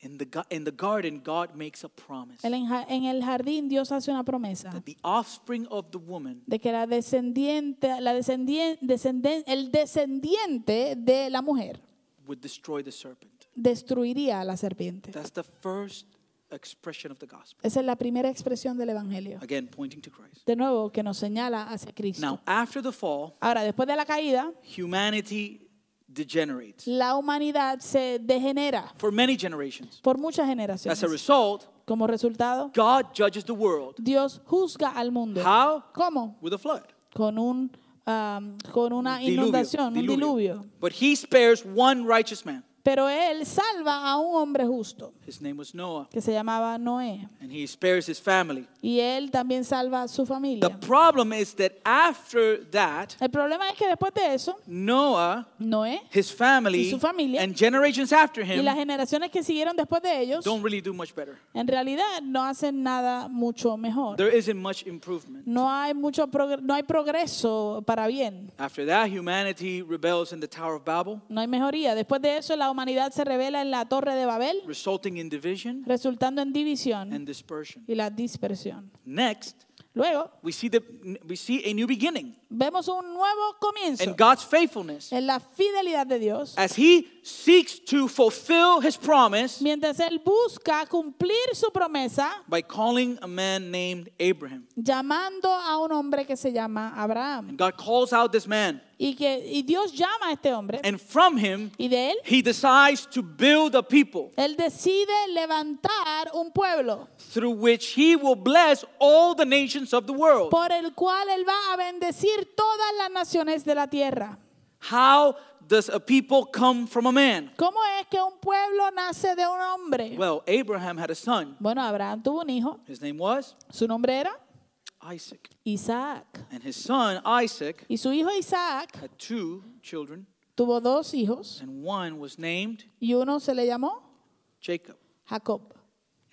[SPEAKER 3] In the, ga- in the garden, God makes a promise
[SPEAKER 2] El enja- En el jardín Dios hace una promesa
[SPEAKER 3] that the offspring of the woman
[SPEAKER 2] de que la descendiente, la descendien- descenden- el descendiente de la mujer
[SPEAKER 3] would destroy the serpent.
[SPEAKER 2] destruiría a la serpiente.
[SPEAKER 3] That's the first expression of the gospel.
[SPEAKER 2] Esa es la primera expresión del Evangelio.
[SPEAKER 3] Again, pointing to Christ.
[SPEAKER 2] De nuevo, que nos señala hacia
[SPEAKER 3] Now,
[SPEAKER 2] Cristo.
[SPEAKER 3] after the fall,
[SPEAKER 2] Ahora, después de la caída,
[SPEAKER 3] humanity degenerates
[SPEAKER 2] la humanidad se degenera
[SPEAKER 3] for many generations.
[SPEAKER 2] por muchas
[SPEAKER 3] As a
[SPEAKER 2] generaciones.
[SPEAKER 3] result,
[SPEAKER 2] Como resultado,
[SPEAKER 3] God judges the world.
[SPEAKER 2] Dios juzga al mundo.
[SPEAKER 3] How?
[SPEAKER 2] ¿Cómo?
[SPEAKER 3] With a flood.
[SPEAKER 2] Con, un, um, con una
[SPEAKER 3] Diluvio,
[SPEAKER 2] inundación, un diluvio.
[SPEAKER 3] diluvio. But he spares one righteous man.
[SPEAKER 2] Pero Él salva a un hombre justo
[SPEAKER 3] His name was Noah.
[SPEAKER 2] que se llamaba Noé.
[SPEAKER 3] And he spares his family.
[SPEAKER 2] Y Él también salva a su
[SPEAKER 3] The
[SPEAKER 2] familia.
[SPEAKER 3] problem is that after that,
[SPEAKER 2] El problema es que después de eso,
[SPEAKER 3] Noah,
[SPEAKER 2] Noé
[SPEAKER 3] his family,
[SPEAKER 2] Y su familia.
[SPEAKER 3] and generations after
[SPEAKER 2] y las
[SPEAKER 3] him
[SPEAKER 2] generaciones que siguieron después de ellos,
[SPEAKER 3] don't really do much better.
[SPEAKER 2] en realidad no hacen nada mucho mejor.
[SPEAKER 3] There isn't much improvement.
[SPEAKER 2] No hay, mucho progre- no hay progreso para bien.
[SPEAKER 3] After that, humanity rebels in the Tower of Babel,
[SPEAKER 2] No hay mejoría. Después de eso, la humanidad se revela en la Torre de Babel,
[SPEAKER 3] resulting in division
[SPEAKER 2] resultando en división
[SPEAKER 3] and dispersion.
[SPEAKER 2] y la dispersión.
[SPEAKER 3] Next,
[SPEAKER 2] Luego,
[SPEAKER 3] we see the we see a new beginning
[SPEAKER 2] vemos un nuevo comienzo
[SPEAKER 3] and God's faithfulness
[SPEAKER 2] en la fidelidad de Dios.
[SPEAKER 3] as He seeks to fulfill His promise
[SPEAKER 2] Mientras él busca cumplir su promesa,
[SPEAKER 3] by calling a man named Abraham.
[SPEAKER 2] llamando a un hombre que se llama Abraham.
[SPEAKER 3] And God calls out this man,
[SPEAKER 2] Y, que, y Dios llama a este hombre.
[SPEAKER 3] and from him
[SPEAKER 2] Y de él,
[SPEAKER 3] He decides to build a people
[SPEAKER 2] él decide levantar un pueblo
[SPEAKER 3] through which he will bless all the nations of the world.
[SPEAKER 2] por el cual él va a bendecir todas las naciones de la tierra.
[SPEAKER 3] How does a people come from a man?
[SPEAKER 2] ¿Cómo es que un pueblo nace de un hombre?
[SPEAKER 3] Well, Abraham had a son.
[SPEAKER 2] Bueno, Abraham tuvo un hijo.
[SPEAKER 3] His name was
[SPEAKER 2] Su nombre era
[SPEAKER 3] Isaac.
[SPEAKER 2] Isaac.
[SPEAKER 3] And his son, Isaac,
[SPEAKER 2] Y su hijo Isaac
[SPEAKER 3] had two children,
[SPEAKER 2] tuvo dos hijos.
[SPEAKER 3] and one was named
[SPEAKER 2] Y uno se le llamó
[SPEAKER 3] Jacob.
[SPEAKER 2] Jacob.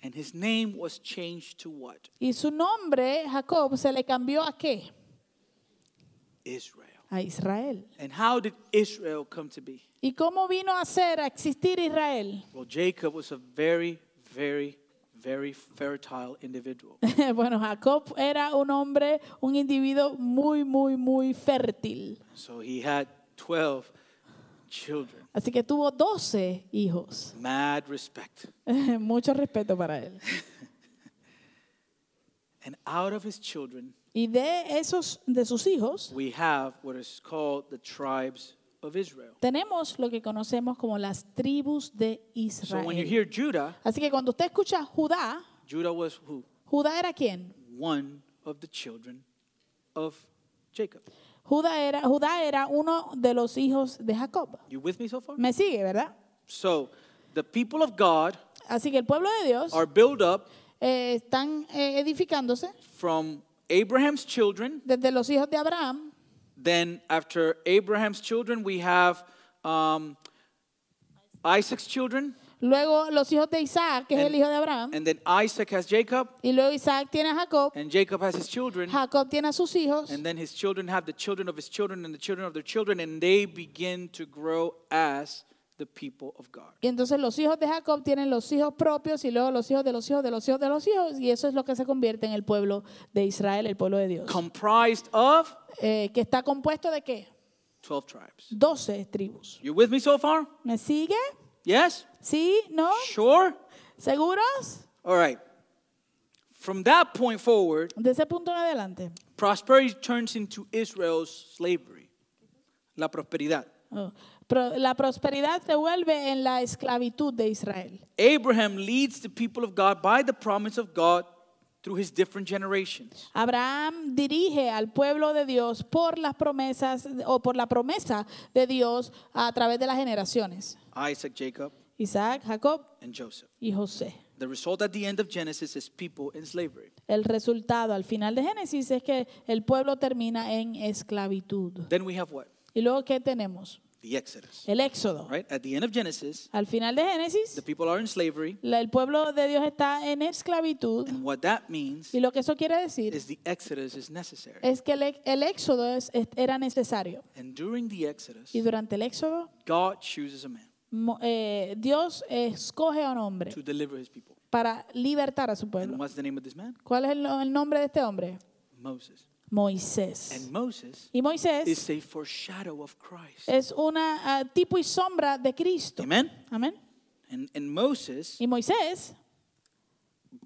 [SPEAKER 3] And his name was changed to what?
[SPEAKER 2] Y su nombre, Jacob, se le cambió a qué?
[SPEAKER 3] Israel.
[SPEAKER 2] A Israel.
[SPEAKER 3] And how did Israel come to be?
[SPEAKER 2] ¿Y cómo vino a ser, a existir Israel?
[SPEAKER 3] Well, Jacob was a very, very, very fertile individual.
[SPEAKER 2] bueno, Jacob era un hombre, un individuo muy, muy, muy fértil.
[SPEAKER 3] so he had 12 children.
[SPEAKER 2] Así que tuvo 12 hijos.
[SPEAKER 3] Mad respect.
[SPEAKER 2] Mucho respeto para él.
[SPEAKER 3] And out of his children,
[SPEAKER 2] Y de esos, de sus hijos,
[SPEAKER 3] we have what is called the tribes of Israel.
[SPEAKER 2] tenemos lo que conocemos como las tribus de
[SPEAKER 3] So when you
[SPEAKER 2] Israel.
[SPEAKER 3] hear Judah,
[SPEAKER 2] Así que cuando usted escucha Judá,
[SPEAKER 3] Judah was who?
[SPEAKER 2] Judá era quién?
[SPEAKER 3] One of the children of Jacob.
[SPEAKER 2] Judá era, Judá era uno de los hijos de Jacob.
[SPEAKER 3] You with me so far?
[SPEAKER 2] Me sigue, ¿verdad?
[SPEAKER 3] So the people of God
[SPEAKER 2] Así que el pueblo de Dios
[SPEAKER 3] are built up
[SPEAKER 2] eh, están eh, edificándose
[SPEAKER 3] from Abraham's children.
[SPEAKER 2] desde los hijos de Abraham.
[SPEAKER 3] Then after Abraham's children, we have um, Isaac's children.
[SPEAKER 2] Luego los hijos de Isaac, que es
[SPEAKER 3] And-
[SPEAKER 2] el hijo de Abraham.
[SPEAKER 3] And then Isaac has Jacob.
[SPEAKER 2] Y luego Isaac tiene a Jacob.
[SPEAKER 3] And Jacob has his children.
[SPEAKER 2] Jacob tiene a sus hijos.
[SPEAKER 3] And then his children have the children of his children and the children of their children, and they begin to grow as the people of God.
[SPEAKER 2] Y entonces los hijos de Jacob tienen los hijos propios y luego los hijos de los hijos de los hijos de los hijos. Y eso es lo que se convierte en el pueblo de Israel, el pueblo de Dios.
[SPEAKER 3] Comprised of
[SPEAKER 2] Eh, que está compuesto de qué?
[SPEAKER 3] 12 tribes.
[SPEAKER 2] 12 tribus.
[SPEAKER 3] You with me so far?
[SPEAKER 2] ¿Me sigue?
[SPEAKER 3] Yes?
[SPEAKER 2] ¿Sí? ¿No?
[SPEAKER 3] Sure?
[SPEAKER 2] ¿Seguros?
[SPEAKER 3] All right. From that point forward,
[SPEAKER 2] De ese punto en adelante.
[SPEAKER 3] prosperity turns into Israel's slavery. La prosperidad.
[SPEAKER 2] Oh. Pro- la prosperidad se vuelve en la esclavitud de Israel.
[SPEAKER 3] Abraham leads the people of God by the promise of God through his different generations.
[SPEAKER 2] Abraham dirige al pueblo de Dios por las promesas o por la promesa de Dios a través de las generaciones.
[SPEAKER 3] Isaac, Jacob,
[SPEAKER 2] Isaac, Jacob
[SPEAKER 3] and Joseph.
[SPEAKER 2] y José.
[SPEAKER 3] The result at the end of Genesis is people in slavery.
[SPEAKER 2] El resultado al final de Génesis es que el pueblo termina en esclavitud.
[SPEAKER 3] Then we have what?
[SPEAKER 2] ¿Y luego qué tenemos?
[SPEAKER 3] The Exodus.
[SPEAKER 2] El éxodo.
[SPEAKER 3] Right? At the end of Genesis,
[SPEAKER 2] Al final de
[SPEAKER 3] the
[SPEAKER 2] Génesis,
[SPEAKER 3] people are in slavery,
[SPEAKER 2] la- el pueblo de Dios está en esclavitud.
[SPEAKER 3] and what that means
[SPEAKER 2] Y lo que eso quiere decir
[SPEAKER 3] is the Exodus is necessary.
[SPEAKER 2] es que el, ex- el éxodo es- es- era necesario.
[SPEAKER 3] And during the Exodus,
[SPEAKER 2] Y durante el éxodo,
[SPEAKER 3] God chooses a man
[SPEAKER 2] mo- eh, Dios escoge a un hombre
[SPEAKER 3] to deliver his people.
[SPEAKER 2] para libertar a su
[SPEAKER 3] And
[SPEAKER 2] pueblo.
[SPEAKER 3] what's the name of this man?
[SPEAKER 2] ¿Cuál es el, no- el nombre de este hombre?
[SPEAKER 3] Moses.
[SPEAKER 2] Moisés.
[SPEAKER 3] And Moses
[SPEAKER 2] Y Moisés
[SPEAKER 3] is a foreshadow of Christ.
[SPEAKER 2] es una ah, tipo y sombra de Cristo.
[SPEAKER 3] Amen?
[SPEAKER 2] Amén.
[SPEAKER 3] And, and Moses,
[SPEAKER 2] Y Moisés,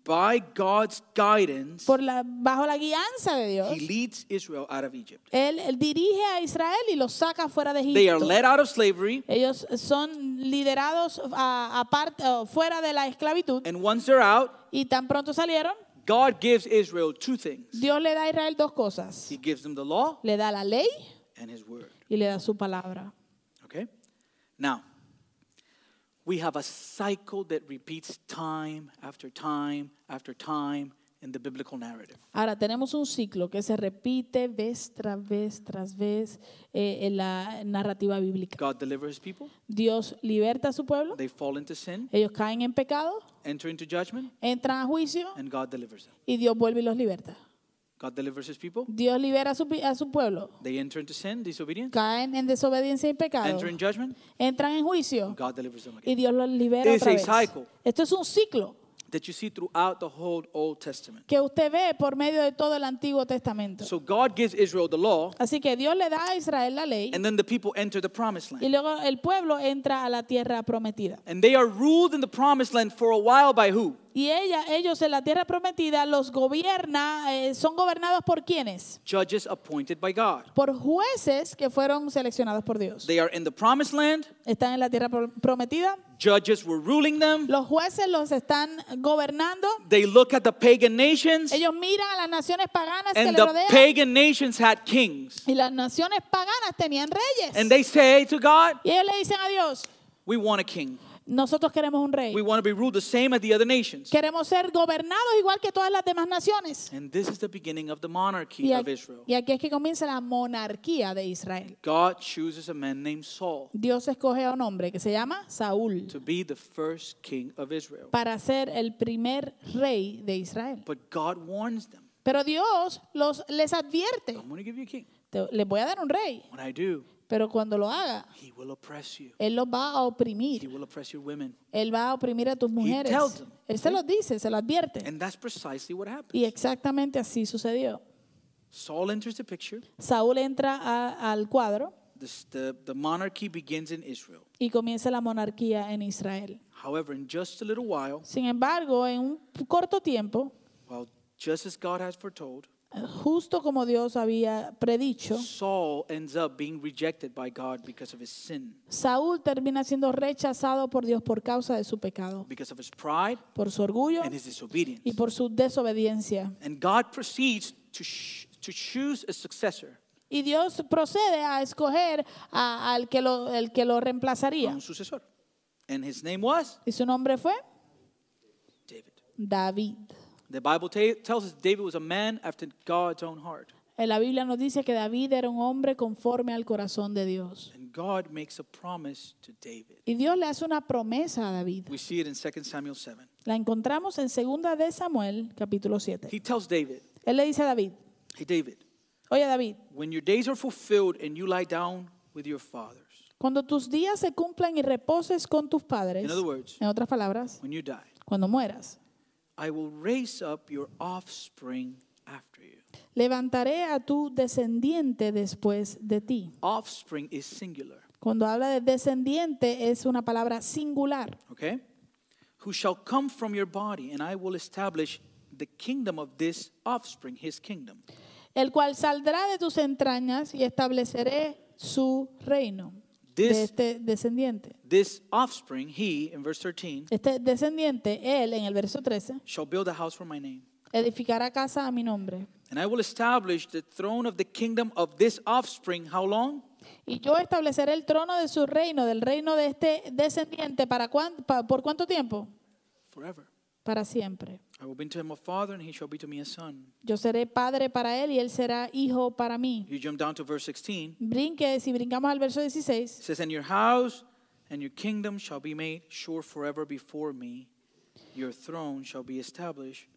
[SPEAKER 3] by God's guidance,
[SPEAKER 2] por la, bajo la guianza de Dios,
[SPEAKER 3] he leads Israel out of Egypt.
[SPEAKER 2] Él, él dirige a Israel y los saca fuera de
[SPEAKER 3] They are
[SPEAKER 2] Egipto.
[SPEAKER 3] led out of slavery,
[SPEAKER 2] Ellos son liderados a- aparte, o fuera de la esclavitud
[SPEAKER 3] and once they're out,
[SPEAKER 2] y tan pronto salieron,
[SPEAKER 3] God gives Israel two things
[SPEAKER 2] Dios le da a Israel dos cosas.
[SPEAKER 3] He gives them the law
[SPEAKER 2] Le da la ley
[SPEAKER 3] and His word.
[SPEAKER 2] y le da su palabra.
[SPEAKER 3] Okay? Now, we have a cycle that repeats time after time after time in the biblical narrative.
[SPEAKER 2] Ahora tenemos un ciclo que se repite vez tras vez tras vez eh, en la narrativa bíblica.
[SPEAKER 3] God delivers His people,
[SPEAKER 2] Dios liberta a su pueblo,
[SPEAKER 3] they fall into sin,
[SPEAKER 2] ellos caen en pecado,
[SPEAKER 3] enter into judgment,
[SPEAKER 2] entran a juicio
[SPEAKER 3] and God delivers them.
[SPEAKER 2] y Dios vuelve y los liberta.
[SPEAKER 3] God delivers His people,
[SPEAKER 2] Dios libera a su, pi- a su pueblo,
[SPEAKER 3] they enter into sin, disobedience,
[SPEAKER 2] caen en desobediencia y pecado.
[SPEAKER 3] enter in judgment,
[SPEAKER 2] entran en juicio
[SPEAKER 3] and God delivers them again.
[SPEAKER 2] y Dios los libera
[SPEAKER 3] It's
[SPEAKER 2] otra
[SPEAKER 3] a
[SPEAKER 2] vez.
[SPEAKER 3] cycle.
[SPEAKER 2] Esto es un ciclo
[SPEAKER 3] That you see throughout the whole Old Testament.
[SPEAKER 2] que usted ve por medio de todo el Antiguo Testamento.
[SPEAKER 3] So God gives Israel the law,
[SPEAKER 2] Así que Dios le da a Israel la ley
[SPEAKER 3] and then the people enter the promised land.
[SPEAKER 2] y luego el pueblo entra a la tierra prometida.
[SPEAKER 3] And they are ruled in the promised land for a while by who?
[SPEAKER 2] Y ella, ellos en la tierra prometida los gobierna, eh, son gobernados por quienes?
[SPEAKER 3] Judges appointed by God.
[SPEAKER 2] Por jueces que fueron seleccionados por Dios.
[SPEAKER 3] They are in the promised land.
[SPEAKER 2] Están en la tierra pro- prometida.
[SPEAKER 3] Judges were ruling them.
[SPEAKER 2] Los jueces los están gobernando.
[SPEAKER 3] They look at the pagan nations,
[SPEAKER 2] Ellos miran a las naciones paganas que
[SPEAKER 3] and
[SPEAKER 2] les
[SPEAKER 3] the
[SPEAKER 2] rodean.
[SPEAKER 3] pagan nations had kings.
[SPEAKER 2] Y las naciones paganas tenían reyes.
[SPEAKER 3] And they say to God,
[SPEAKER 2] Y ellos le dicen a Dios,
[SPEAKER 3] We want a king.
[SPEAKER 2] nosotros queremos un rey.
[SPEAKER 3] We want to be ruled the same as the other nations.
[SPEAKER 2] Queremos ser gobernados igual que todas las demás naciones.
[SPEAKER 3] And this is the beginning of the monarchy
[SPEAKER 2] Y
[SPEAKER 3] of
[SPEAKER 2] aquí,
[SPEAKER 3] Israel.
[SPEAKER 2] y aquí es que comienza la monarquía de Israel.
[SPEAKER 3] God chooses a man named Saul
[SPEAKER 2] Dios escoge a un hombre que se llama Saúl
[SPEAKER 3] to be the first king of Israel.
[SPEAKER 2] para ser el primer rey de Israel.
[SPEAKER 3] But God warns them
[SPEAKER 2] Pero Dios los, les advierte,
[SPEAKER 3] I'm going to give you a king.
[SPEAKER 2] "Te- les voy a dar un rey,
[SPEAKER 3] When I do,
[SPEAKER 2] pero cuando lo haga,
[SPEAKER 3] he will oppress you,
[SPEAKER 2] Él los va a
[SPEAKER 3] he
[SPEAKER 2] oprimir,
[SPEAKER 3] will oppress your women.
[SPEAKER 2] Él va a oprimir a tus mujeres.
[SPEAKER 3] tells them.
[SPEAKER 2] Él se los dice, se lo advierte.
[SPEAKER 3] And that's precisely what happened.
[SPEAKER 2] Y exactamente así sucedió.
[SPEAKER 3] Saul enters the picture.
[SPEAKER 2] Saúl entra a- al cuadro
[SPEAKER 3] This, the, the monarchy begins in Israel.
[SPEAKER 2] y comienza la monarquía en Israel.
[SPEAKER 3] However, in just a little while,
[SPEAKER 2] Sin embargo, en un corto tiempo,
[SPEAKER 3] well, just as God has foretold,
[SPEAKER 2] justo como Dios había predicho,
[SPEAKER 3] Saul ends up being rejected by God because of his sin,
[SPEAKER 2] Saúl termina siendo rechazado por Dios por causa de su pecado,
[SPEAKER 3] because of his pride
[SPEAKER 2] por su orgullo
[SPEAKER 3] and his disobedience.
[SPEAKER 2] y por su desobediencia.
[SPEAKER 3] And God proceeds to, sh- to choose a successor,
[SPEAKER 2] Y Dios procede a escoger a- al que lo, el que lo
[SPEAKER 3] a
[SPEAKER 2] reemplazaría.
[SPEAKER 3] un sucesor. And his name was
[SPEAKER 2] Y su nombre fue
[SPEAKER 3] David.
[SPEAKER 2] David.
[SPEAKER 3] The Bible ta- tells us David was a man after God's own heart.
[SPEAKER 2] En la Biblia nos dice que David era un hombre conforme al corazón de Dios.
[SPEAKER 3] And God makes a promise to David.
[SPEAKER 2] Y Dios le hace una promesa a David.
[SPEAKER 3] We see it in 2 Samuel 7.
[SPEAKER 2] La encontramos en 2 de Samuel, capítulo 7.
[SPEAKER 3] He tells David,
[SPEAKER 2] Él le dice a David,
[SPEAKER 3] Hey, David,
[SPEAKER 2] oye David,
[SPEAKER 3] when your days are fulfilled and you lie down with your fathers,
[SPEAKER 2] cuando tus días se cumplan y reposes con tus padres,
[SPEAKER 3] In other words,
[SPEAKER 2] en otras palabras,
[SPEAKER 3] when you die,
[SPEAKER 2] cuando mueras,
[SPEAKER 3] I will raise up your offspring after you.
[SPEAKER 2] levantaré a tu descendiente después de ti.
[SPEAKER 3] Offspring is singular,
[SPEAKER 2] Cuando habla de descendiente es una palabra singular.
[SPEAKER 3] okay? Who shall come from your body, and I will establish the kingdom of this offspring, his kingdom.
[SPEAKER 2] el cual saldrá de tus entrañas y estableceré su reino. de
[SPEAKER 3] This,
[SPEAKER 2] este descendiente.
[SPEAKER 3] this offspring, he, in verse 13,
[SPEAKER 2] Este descendiente, él en el verso 13,
[SPEAKER 3] shall build a house for my name.
[SPEAKER 2] edificará casa a mi nombre.
[SPEAKER 3] And I will establish the throne of the kingdom of this offspring. How long?
[SPEAKER 2] Y yo estableceré el trono de su reino, del reino de este descendiente, ¿para cuán- pa- ¿por cuánto tiempo?
[SPEAKER 3] Forever.
[SPEAKER 2] Para siempre.
[SPEAKER 3] I will be to him a father, and he shall be to me a son.
[SPEAKER 2] Yo seré padre para él y él será hijo para mí.
[SPEAKER 3] You jump down to verse 16.
[SPEAKER 2] Brinque, si brincamos al verso
[SPEAKER 3] It
[SPEAKER 2] 16,
[SPEAKER 3] says, And your house and your kingdom shall be made sure forever before me. Your throne shall be established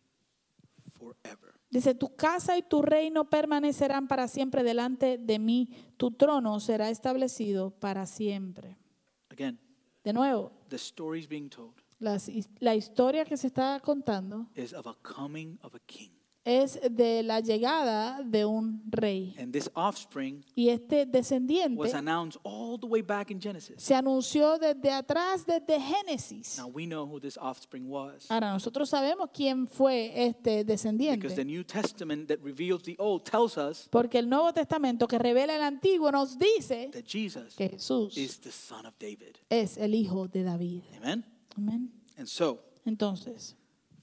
[SPEAKER 3] forever.
[SPEAKER 2] dice, tu casa y tu reino permanecerán para siempre delante de mí, tu trono será establecido para siempre.
[SPEAKER 3] Again,
[SPEAKER 2] De nuevo,
[SPEAKER 3] the story is being told
[SPEAKER 2] las his- la historia que se está contando
[SPEAKER 3] is of a coming of a king.
[SPEAKER 2] es de la llegada de un rey.
[SPEAKER 3] And this offspring
[SPEAKER 2] Y este
[SPEAKER 3] was
[SPEAKER 2] descendiente
[SPEAKER 3] announced all the way back in Genesis.
[SPEAKER 2] se anunció desde atrás, desde Génesis.
[SPEAKER 3] Now we know who this offspring was.
[SPEAKER 2] Ahora, nosotros sabemos quién fue este
[SPEAKER 3] Because the
[SPEAKER 2] descendiente.
[SPEAKER 3] New Testament that reveals the old tells us
[SPEAKER 2] Porque el Nuevo Testamento que revela el Antiguo nos dice
[SPEAKER 3] that Jesus
[SPEAKER 2] que Jesús
[SPEAKER 3] is the son of David.
[SPEAKER 2] es el hijo de David.
[SPEAKER 3] Amen?
[SPEAKER 2] Amén.
[SPEAKER 3] And so,
[SPEAKER 2] Entonces,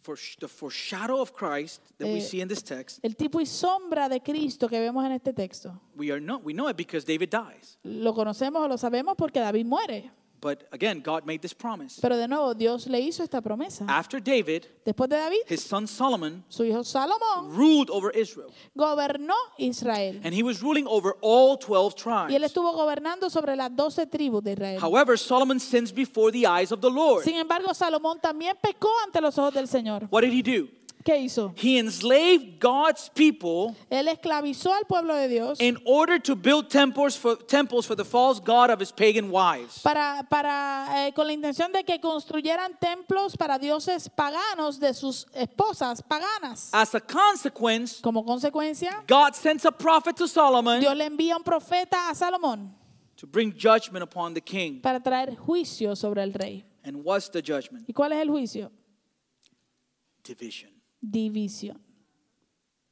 [SPEAKER 3] for the foreshadow of Christ that we
[SPEAKER 2] Eh,
[SPEAKER 3] see in this text,
[SPEAKER 2] el tipo y sombra de Cristo que vemos en este texto,
[SPEAKER 3] we are not we know it because David dies.
[SPEAKER 2] lo conocemos o lo sabemos porque David muere.
[SPEAKER 3] But again, God made this promise.
[SPEAKER 2] Pero de nuevo, Dios le hizo esta promesa.
[SPEAKER 3] After David,
[SPEAKER 2] Después de David,
[SPEAKER 3] his son Solomon
[SPEAKER 2] su hijo Salomón
[SPEAKER 3] ruled over Israel,
[SPEAKER 2] gobernó Israel.
[SPEAKER 3] and he was ruling over all 12
[SPEAKER 2] Y él
[SPEAKER 3] tribes.
[SPEAKER 2] estuvo gobernando sobre las doce tribus de Israel.
[SPEAKER 3] However, Solomon sins before the eyes of the Lord.
[SPEAKER 2] Sin embargo, Salomón también pecó ante los ojos del Señor.
[SPEAKER 3] What did he do?
[SPEAKER 2] ¿Qué hizo?
[SPEAKER 3] He enslaved God's people
[SPEAKER 2] Él esclavizó al pueblo de Dios
[SPEAKER 3] in order to build temples for, temples for the false god of his pagan wives.
[SPEAKER 2] para, para, eh, con la intención de que construyeran templos para dioses paganos de sus esposas paganas.
[SPEAKER 3] As a consequence,
[SPEAKER 2] Como consecuencia,
[SPEAKER 3] God sends a prophet to Solomon
[SPEAKER 2] Dios le envía un profeta a Salomón
[SPEAKER 3] to bring judgment upon the king.
[SPEAKER 2] para traer juicio sobre el rey.
[SPEAKER 3] And what's the judgment?
[SPEAKER 2] ¿Y cuál es el juicio?
[SPEAKER 3] Division.
[SPEAKER 2] División.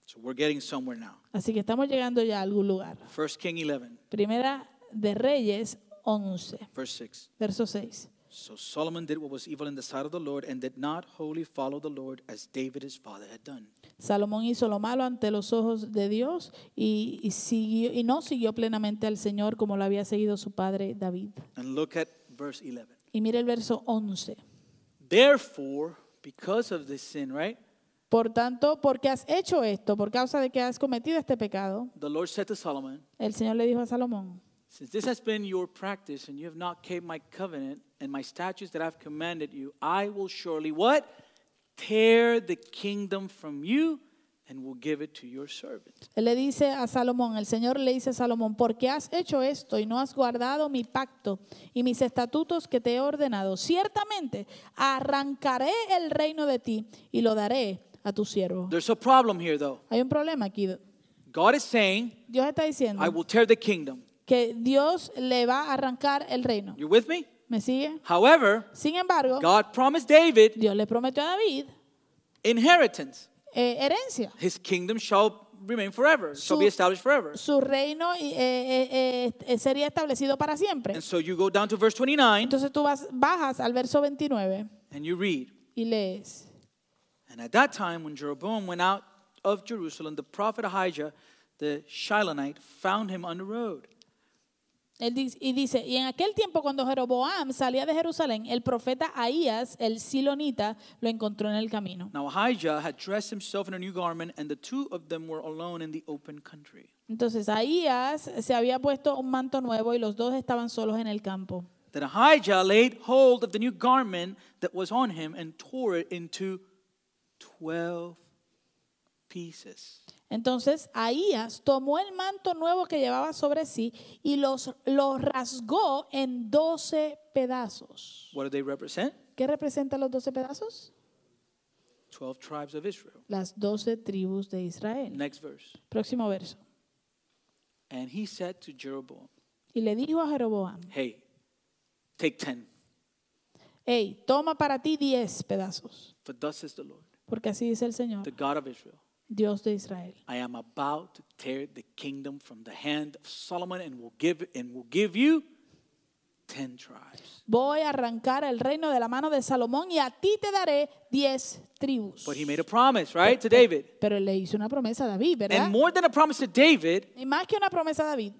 [SPEAKER 3] So we're getting somewhere now.
[SPEAKER 2] Así que estamos llegando ya a algún lugar.
[SPEAKER 3] First King 11,
[SPEAKER 2] Primera de Reyes 11,
[SPEAKER 3] verse 6.
[SPEAKER 2] verso 6.
[SPEAKER 3] So Solomon did what was evil in the sight of the Lord and did not wholly follow the Lord as David his father had done.
[SPEAKER 2] Salomón hizo lo malo ante los ojos de Dios y, y siguió, y no siguió plenamente al Señor como lo había seguido su padre David.
[SPEAKER 3] And look at verse 11.
[SPEAKER 2] Y mire el verso 11.
[SPEAKER 3] Therefore, because of this sin, right?
[SPEAKER 2] Por tanto, porque has hecho esto, por causa de que has cometido este pecado,
[SPEAKER 3] The Lord said to Solomon,
[SPEAKER 2] el Señor le dijo a Salomón,
[SPEAKER 3] Since this has been your practice and you have not kept my covenant and my statutes that I've commanded you, I will surely what? Tear the kingdom from you and will give it to your servant.
[SPEAKER 2] él le dice a Salomón, el Señor le dice a Salomón, porque has hecho esto y no has guardado mi pacto y mis estatutos que te he ordenado, ciertamente arrancaré el reino de ti y lo daré a tu siervo.
[SPEAKER 3] There's a problem here though.
[SPEAKER 2] Hay un problema aquí.
[SPEAKER 3] God is saying,
[SPEAKER 2] Dios está diciendo
[SPEAKER 3] I will tear the kingdom.
[SPEAKER 2] que Dios le va a arrancar el reino.
[SPEAKER 3] You with me?
[SPEAKER 2] ¿Me sigue?
[SPEAKER 3] However,
[SPEAKER 2] Sin embargo,
[SPEAKER 3] God promised David
[SPEAKER 2] Dios le prometió a David
[SPEAKER 3] inheritance.
[SPEAKER 2] eh, herencia.
[SPEAKER 3] His kingdom shall remain forever,
[SPEAKER 2] Su-
[SPEAKER 3] shall be established forever.
[SPEAKER 2] Su reino eh, eh, eh, sería establecido para siempre.
[SPEAKER 3] And so you go down to verse 29
[SPEAKER 2] Entonces tú vas, bajas al verso 29
[SPEAKER 3] and you read.
[SPEAKER 2] y lees.
[SPEAKER 3] And at that time, when Jeroboam went out of Jerusalem, the prophet Ahijah, the Shilonite, found him on the road.
[SPEAKER 2] Él dice, y dice, y en aquel tiempo cuando Jeroboam salía de Jerusalén, el profeta Ahías, el silonita, lo encontró en el camino.
[SPEAKER 3] Now Ahijah had dressed himself in a new garment, and the two of them were alone in the open country.
[SPEAKER 2] Entonces Ahías se había puesto un manto nuevo y los dos estaban solos en el campo.
[SPEAKER 3] Then Ahijah laid hold of the new garment that was on him and tore it into 12 pieces.
[SPEAKER 2] Entonces Ahías tomó el manto nuevo que llevaba sobre sí y los, los rasgó en doce pedazos.
[SPEAKER 3] What do they represent?
[SPEAKER 2] ¿Qué representan los doce pedazos?
[SPEAKER 3] 12 tribes of Israel.
[SPEAKER 2] Las doce tribus de Israel.
[SPEAKER 3] Next verse.
[SPEAKER 2] Próximo verso.
[SPEAKER 3] And he said to Jeroboam,
[SPEAKER 2] Y le dijo a Jeroboam,
[SPEAKER 3] Hey, take 10,
[SPEAKER 2] hey, toma para ti diez pedazos,
[SPEAKER 3] for thus is the Lord,
[SPEAKER 2] porque así dice el Señor,
[SPEAKER 3] the God of Israel.
[SPEAKER 2] Dios de Israel.
[SPEAKER 3] I am about to tear the kingdom from the hand of Solomon and will give and will give you 10 tribes.
[SPEAKER 2] Voy a arrancar el reino de la mano de Salomón y a ti te daré diez tribus.
[SPEAKER 3] But he made a promise, right, to David.
[SPEAKER 2] Pero él le hizo una promesa a David, ¿verdad?
[SPEAKER 3] And more than a promise to David,
[SPEAKER 2] Y más que una promesa a David,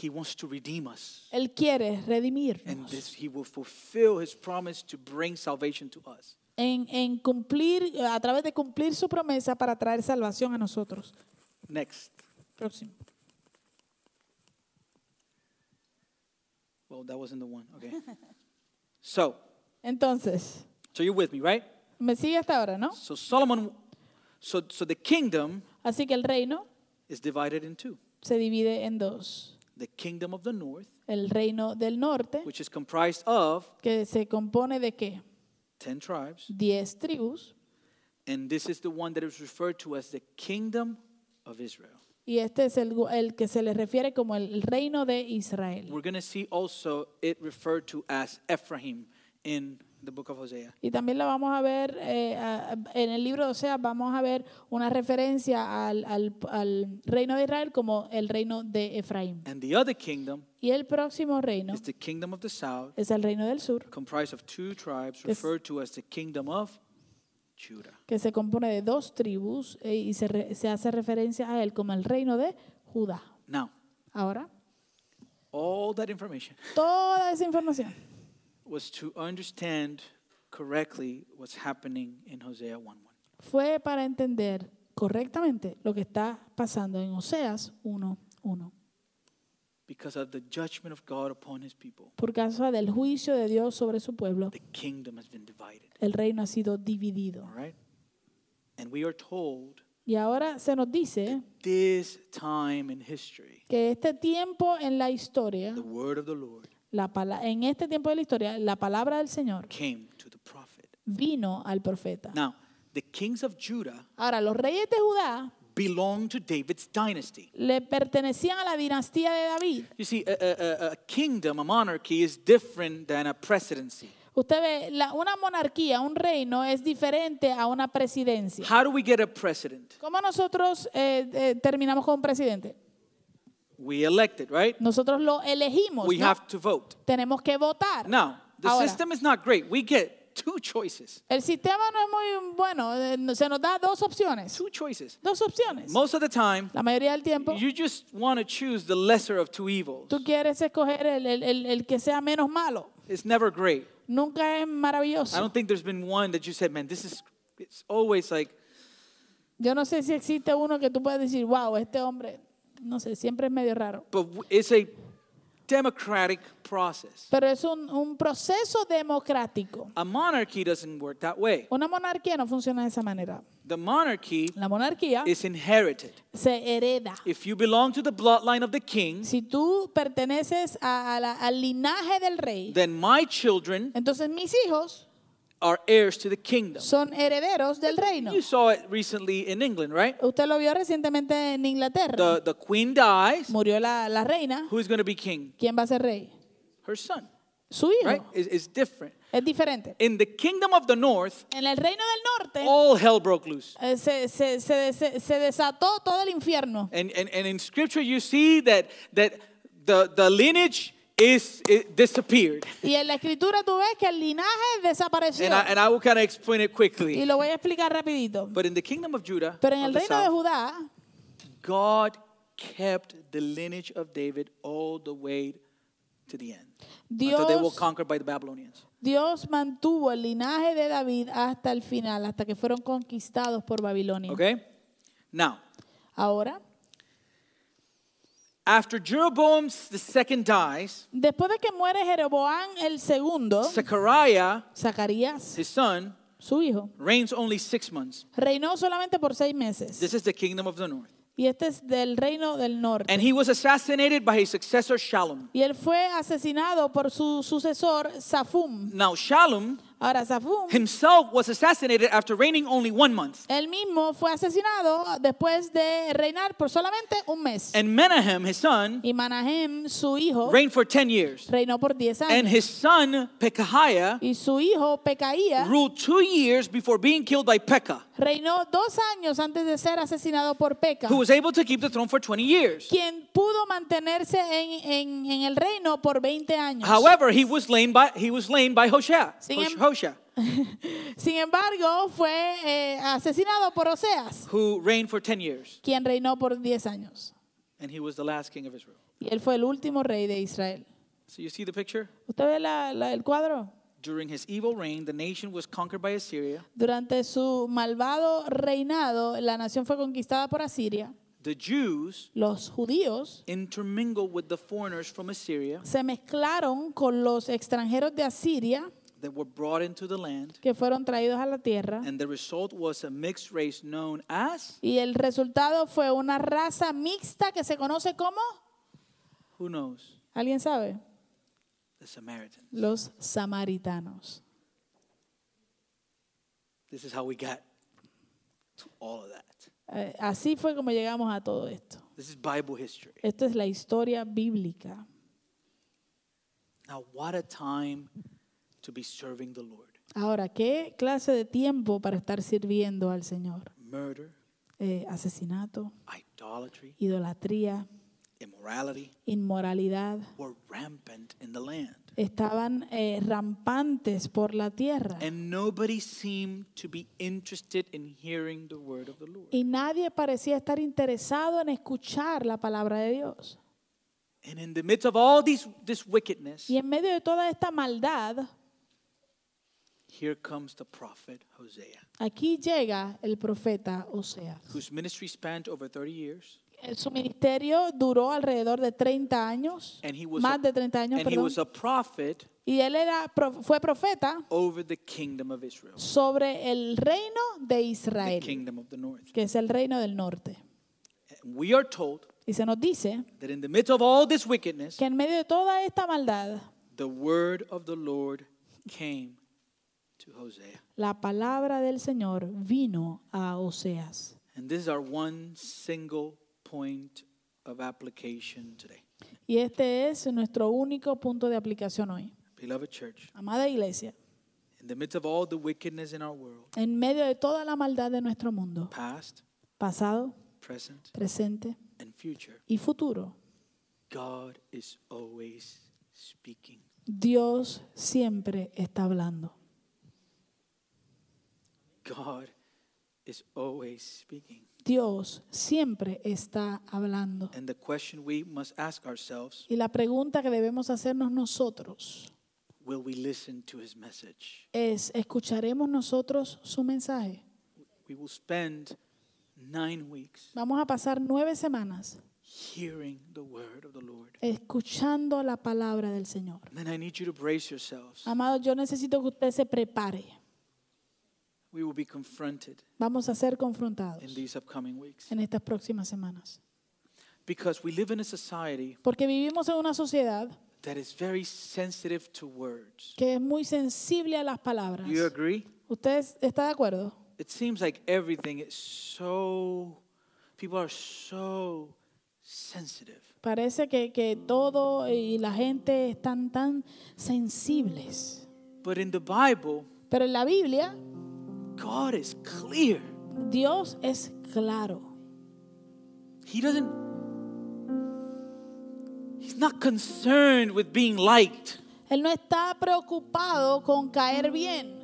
[SPEAKER 3] he wants to redeem us.
[SPEAKER 2] él quiere
[SPEAKER 3] And
[SPEAKER 2] redimirnos.
[SPEAKER 3] this, he will fulfill his promise to bring salvation to us.
[SPEAKER 2] En, en cumplir, a través de cumplir su promesa para traer salvación a nosotros.
[SPEAKER 3] Next.
[SPEAKER 2] Próximo.
[SPEAKER 3] Well, that wasn't the one. Okay. so,
[SPEAKER 2] Entonces,
[SPEAKER 3] so you're with me, right?
[SPEAKER 2] me sigue hasta ahora, ¿no?
[SPEAKER 3] So Solomon, so so the kingdom
[SPEAKER 2] Así que el reino
[SPEAKER 3] is divided in two.
[SPEAKER 2] se divide en dos.
[SPEAKER 3] The kingdom of the north,
[SPEAKER 2] El reino del norte,
[SPEAKER 3] which is comprised of
[SPEAKER 2] que se compone de qué?
[SPEAKER 3] ten tribes,
[SPEAKER 2] Diez tribus.
[SPEAKER 3] and this is the one that is referred to as the kingdom of Israel.
[SPEAKER 2] Y este es el, gu- el que se le refiere como el reino de Israel.
[SPEAKER 3] We're going to see also it referred to as Ephraim in the book of Hosea.
[SPEAKER 2] Y también la vamos a ver eh, a- en el libro de Oseas, vamos a ver una referencia al, al- al reino de Israel como el reino de Efraín.
[SPEAKER 3] And the other kingdom
[SPEAKER 2] Y el próximo reino
[SPEAKER 3] is the kingdom of the south,
[SPEAKER 2] es el reino del sur,
[SPEAKER 3] comprised of two tribes
[SPEAKER 2] Yes.
[SPEAKER 3] referred to as the kingdom of Judah.
[SPEAKER 2] que se compone de dos tribus eh, y se, re- se hace referencia a él como el reino de Judá.
[SPEAKER 3] Now,
[SPEAKER 2] Ahora,
[SPEAKER 3] all that information
[SPEAKER 2] toda esa información
[SPEAKER 3] was to understand correctly what's happening in Hosea 1 1.
[SPEAKER 2] fue para entender correctamente lo que está pasando en Oseas 1.1.
[SPEAKER 3] Because of the judgment of God upon his people,
[SPEAKER 2] Por causa del juicio de Dios sobre su pueblo,
[SPEAKER 3] the kingdom has been divided.
[SPEAKER 2] el reino ha sido dividido.
[SPEAKER 3] All right? And we are told
[SPEAKER 2] Y ahora se nos dice
[SPEAKER 3] this time in history,
[SPEAKER 2] que este tiempo en la historia,
[SPEAKER 3] the word of the Lord
[SPEAKER 2] la pala- en este tiempo de la historia, la palabra del Señor
[SPEAKER 3] came to the prophet.
[SPEAKER 2] vino al profeta.
[SPEAKER 3] Now, the kings of Judah
[SPEAKER 2] Ahora, los reyes de Judá
[SPEAKER 3] belong to David's dynasty.
[SPEAKER 2] le pertenecían a la dinastía de David.
[SPEAKER 3] You see, a, a- a- a kingdom, a monarchy, is different than a presidency.
[SPEAKER 2] Usted ve, la- una monarquía, un reino es diferente a una presidencia.
[SPEAKER 3] How do we get a president?
[SPEAKER 2] ¿Cómo nosotros eh, eh, terminamos con un presidente?
[SPEAKER 3] We elect it, right?
[SPEAKER 2] Nosotros lo elegimos.
[SPEAKER 3] We
[SPEAKER 2] ¿no?
[SPEAKER 3] have to vote.
[SPEAKER 2] Tenemos que votar.
[SPEAKER 3] Now, the
[SPEAKER 2] Ahora,
[SPEAKER 3] system is not great. We get two choices.
[SPEAKER 2] el sistema no es muy bueno. eh, no- Se nos da dos opciones.
[SPEAKER 3] Two choices.
[SPEAKER 2] Dos opciones.
[SPEAKER 3] Most of the time,
[SPEAKER 2] La mayoría del tiempo,
[SPEAKER 3] you just want to choose the lesser of two evils.
[SPEAKER 2] tú quieres escoger el, el- el- el que sea menos malo.
[SPEAKER 3] It's never great.
[SPEAKER 2] Nunca es
[SPEAKER 3] I
[SPEAKER 2] maravilloso.
[SPEAKER 3] don't think there's been one that you said, man, this is, it's always like,
[SPEAKER 2] Yo no sé si existe uno que tú puedas decir, wow, este hombre, no sé, siempre es medio raro.
[SPEAKER 3] but w- it's a democratic process.
[SPEAKER 2] Pero es un, un proceso democrático.
[SPEAKER 3] A monarchy doesn't work that way.
[SPEAKER 2] Una monarquía no funciona de esa manera.
[SPEAKER 3] The monarchy
[SPEAKER 2] La monarquía
[SPEAKER 3] is inherited.
[SPEAKER 2] se hereda.
[SPEAKER 3] If you belong to the bloodline of the king,
[SPEAKER 2] Si tú perteneces a- a la- al linaje del rey,
[SPEAKER 3] then my children
[SPEAKER 2] entonces mis hijos
[SPEAKER 3] are heirs to the kingdom.
[SPEAKER 2] son herederos del reino.
[SPEAKER 3] You saw it recently in England, right?
[SPEAKER 2] Usted lo vio recientemente en Inglaterra.
[SPEAKER 3] The, the queen dies.
[SPEAKER 2] Murió la, la reina.
[SPEAKER 3] Who's going to be king?
[SPEAKER 2] ¿Quién va a ser rey?
[SPEAKER 3] Her son,
[SPEAKER 2] Su hijo.
[SPEAKER 3] right? Is It's different.
[SPEAKER 2] Es diferente.
[SPEAKER 3] In the kingdom of the north,
[SPEAKER 2] En el reino del norte
[SPEAKER 3] all hell broke loose.
[SPEAKER 2] eh, se, se- se- se- se desató todo el infierno.
[SPEAKER 3] And, and, and in scripture, you see that, that the, the lineage is it disappeared.
[SPEAKER 2] Y en la escritura tú ves que el linaje desapareció.
[SPEAKER 3] And I, and I will kind of explain it
[SPEAKER 2] Y
[SPEAKER 3] quickly.
[SPEAKER 2] lo voy a explicar rapidito.
[SPEAKER 3] But in the kingdom of Judah,
[SPEAKER 2] Pero en
[SPEAKER 3] of
[SPEAKER 2] el
[SPEAKER 3] the
[SPEAKER 2] reino de
[SPEAKER 3] south,
[SPEAKER 2] Judá,
[SPEAKER 3] God kept the lineage of David all the way to the end. until they were
[SPEAKER 2] Dios,
[SPEAKER 3] conquered by the Babylonians.
[SPEAKER 2] Dios mantuvo el linaje de David hasta el final, hasta que fueron conquistados por Babilonia.
[SPEAKER 3] Okay? Now,
[SPEAKER 2] Ahora,
[SPEAKER 3] after Jeroboam the second dies,
[SPEAKER 2] después de que muere Jeroboam el segundo,
[SPEAKER 3] Zechariah,
[SPEAKER 2] Zacarías,
[SPEAKER 3] his son,
[SPEAKER 2] su hijo,
[SPEAKER 3] reigns only six months.
[SPEAKER 2] reinó solamente por seis meses.
[SPEAKER 3] This is the kingdom of the north.
[SPEAKER 2] Y este es del reino del norte.
[SPEAKER 3] And he was assassinated by his successor Shallum.
[SPEAKER 2] Y él fue asesinado por su sucesor, Safum.
[SPEAKER 3] Now, Shallum
[SPEAKER 2] Ahora, Zafum,
[SPEAKER 3] himself was assassinated after reigning only one month.
[SPEAKER 2] él mismo fue asesinado después de reinar por solamente un mes.
[SPEAKER 3] And Menahem, his son,
[SPEAKER 2] Y Manahem, su hijo,
[SPEAKER 3] reigned for 10 years.
[SPEAKER 2] reinó por 10
[SPEAKER 3] And
[SPEAKER 2] años.
[SPEAKER 3] his son, Pekahiah,
[SPEAKER 2] Y su hijo, Pecaía,
[SPEAKER 3] ruled two years before being killed by Pekah,
[SPEAKER 2] reinó dos años antes de ser asesinado por Peca,
[SPEAKER 3] who was able to keep the throne for 20 years.
[SPEAKER 2] quien pudo mantenerse en, en- en el reino por 20 años.
[SPEAKER 3] However, he was slain by he was slain by Hoshea.
[SPEAKER 2] Sin
[SPEAKER 3] Hosh-
[SPEAKER 2] em-
[SPEAKER 3] Hoshea,
[SPEAKER 2] Sin embargo, fue eh, asesinado por Oseas,
[SPEAKER 3] who reigned for 10 years,
[SPEAKER 2] quien reinó por 10 años.
[SPEAKER 3] and he was the last king of Israel.
[SPEAKER 2] Y él fue el último rey de Israel.
[SPEAKER 3] So you see the picture?
[SPEAKER 2] ¿Usted ve la- la- el cuadro?
[SPEAKER 3] During his evil reign, the nation was conquered by Assyria.
[SPEAKER 2] Durante su malvado reinado, la nación fue conquistada por Asiria.
[SPEAKER 3] The Jews
[SPEAKER 2] Los judíos
[SPEAKER 3] intermingled with the foreigners from Assyria
[SPEAKER 2] se mezclaron con los extranjeros de Asiria
[SPEAKER 3] that were brought into the land,
[SPEAKER 2] que fueron traídos a la tierra.
[SPEAKER 3] and the result was a mixed race known as
[SPEAKER 2] Y el resultado fue una raza mixta que se conoce como,
[SPEAKER 3] who knows?
[SPEAKER 2] ¿alguien sabe?
[SPEAKER 3] The Samaritan.
[SPEAKER 2] Los samaritanos.
[SPEAKER 3] This is how we got to all of that.
[SPEAKER 2] Eh, así fue como llegamos a todo esto.
[SPEAKER 3] This is Bible history.
[SPEAKER 2] Esto es la historia bíblica.
[SPEAKER 3] Now, what a time to be serving the Lord.
[SPEAKER 2] Ahora, ¿qué clase de tiempo para estar sirviendo al Señor?
[SPEAKER 3] Murder,
[SPEAKER 2] Eh, asesinato,
[SPEAKER 3] idolatry,
[SPEAKER 2] idolatría,
[SPEAKER 3] immorality
[SPEAKER 2] inmoralidad
[SPEAKER 3] were rampant in the land.
[SPEAKER 2] estaban eh, rampantes por la tierra.
[SPEAKER 3] And nobody seemed to be interested in hearing the word of the Lord.
[SPEAKER 2] Y nadie parecía estar interesado en escuchar la palabra de Dios.
[SPEAKER 3] And in the midst of all these, this wickedness,
[SPEAKER 2] Y en medio de toda esta maldad,
[SPEAKER 3] here comes the prophet Hosea,
[SPEAKER 2] aquí llega el profeta Oseas.
[SPEAKER 3] whose ministry spanned over 30 years,
[SPEAKER 2] Eh, Su ministerio duró alrededor de 30 años,
[SPEAKER 3] And he was a-
[SPEAKER 2] más de 30 años,
[SPEAKER 3] and he
[SPEAKER 2] perdón.
[SPEAKER 3] was a prophet
[SPEAKER 2] y él era, pro- fue profeta
[SPEAKER 3] over the kingdom of Israel,
[SPEAKER 2] sobre el reino de
[SPEAKER 3] the
[SPEAKER 2] Israel,
[SPEAKER 3] kingdom of the north.
[SPEAKER 2] que es el reino del norte.
[SPEAKER 3] And we are told
[SPEAKER 2] Y se nos dice
[SPEAKER 3] that in the midst of all this wickedness,
[SPEAKER 2] que en medio de toda esta maldad,
[SPEAKER 3] The word of the Lord came to Hosea.
[SPEAKER 2] La palabra del Señor vino a Oseas.
[SPEAKER 3] And this is our one single point of application today.
[SPEAKER 2] Y este es nuestro único punto de aplicación hoy.
[SPEAKER 3] Beloved church,
[SPEAKER 2] Amada iglesia,
[SPEAKER 3] in the midst of all the wickedness in our world,
[SPEAKER 2] en medio de toda la maldad de nuestro mundo,
[SPEAKER 3] past,
[SPEAKER 2] pasado,
[SPEAKER 3] present,
[SPEAKER 2] presente
[SPEAKER 3] and future,
[SPEAKER 2] y futuro,
[SPEAKER 3] God is always speaking.
[SPEAKER 2] Dios siempre está hablando.
[SPEAKER 3] God is always speaking.
[SPEAKER 2] Dios siempre está hablando.
[SPEAKER 3] And the question we must ask ourselves
[SPEAKER 2] Y la pregunta que debemos hacernos nosotros
[SPEAKER 3] will we listen to his message?
[SPEAKER 2] es, ¿escucharemos nosotros su mensaje?
[SPEAKER 3] We will spend nine weeks
[SPEAKER 2] Vamos a pasar nueve semanas
[SPEAKER 3] hearing the word of the Lord.
[SPEAKER 2] escuchando la palabra del Señor.
[SPEAKER 3] Then I need you to brace yourselves.
[SPEAKER 2] Amado, yo necesito que usted se prepare.
[SPEAKER 3] We will be confronted
[SPEAKER 2] Vamos a ser
[SPEAKER 3] in
[SPEAKER 2] confrontados
[SPEAKER 3] these upcoming weeks
[SPEAKER 2] en estas próximas semanas.
[SPEAKER 3] because we live in a society
[SPEAKER 2] Porque vivimos en una sociedad
[SPEAKER 3] that is very sensitive to words.
[SPEAKER 2] que es muy sensible a las palabras.
[SPEAKER 3] You agree?
[SPEAKER 2] ¿Usted es- está de acuerdo?
[SPEAKER 3] It seems like everything is so, people are so sensitive.
[SPEAKER 2] Parece que, que todo y la gente están tan sensibles.
[SPEAKER 3] But in the Bible,
[SPEAKER 2] Pero en la Biblia,
[SPEAKER 3] God is clear.
[SPEAKER 2] Dios es claro.
[SPEAKER 3] He doesn't, He's not concerned with being liked.
[SPEAKER 2] Él no está preocupado con caer bien.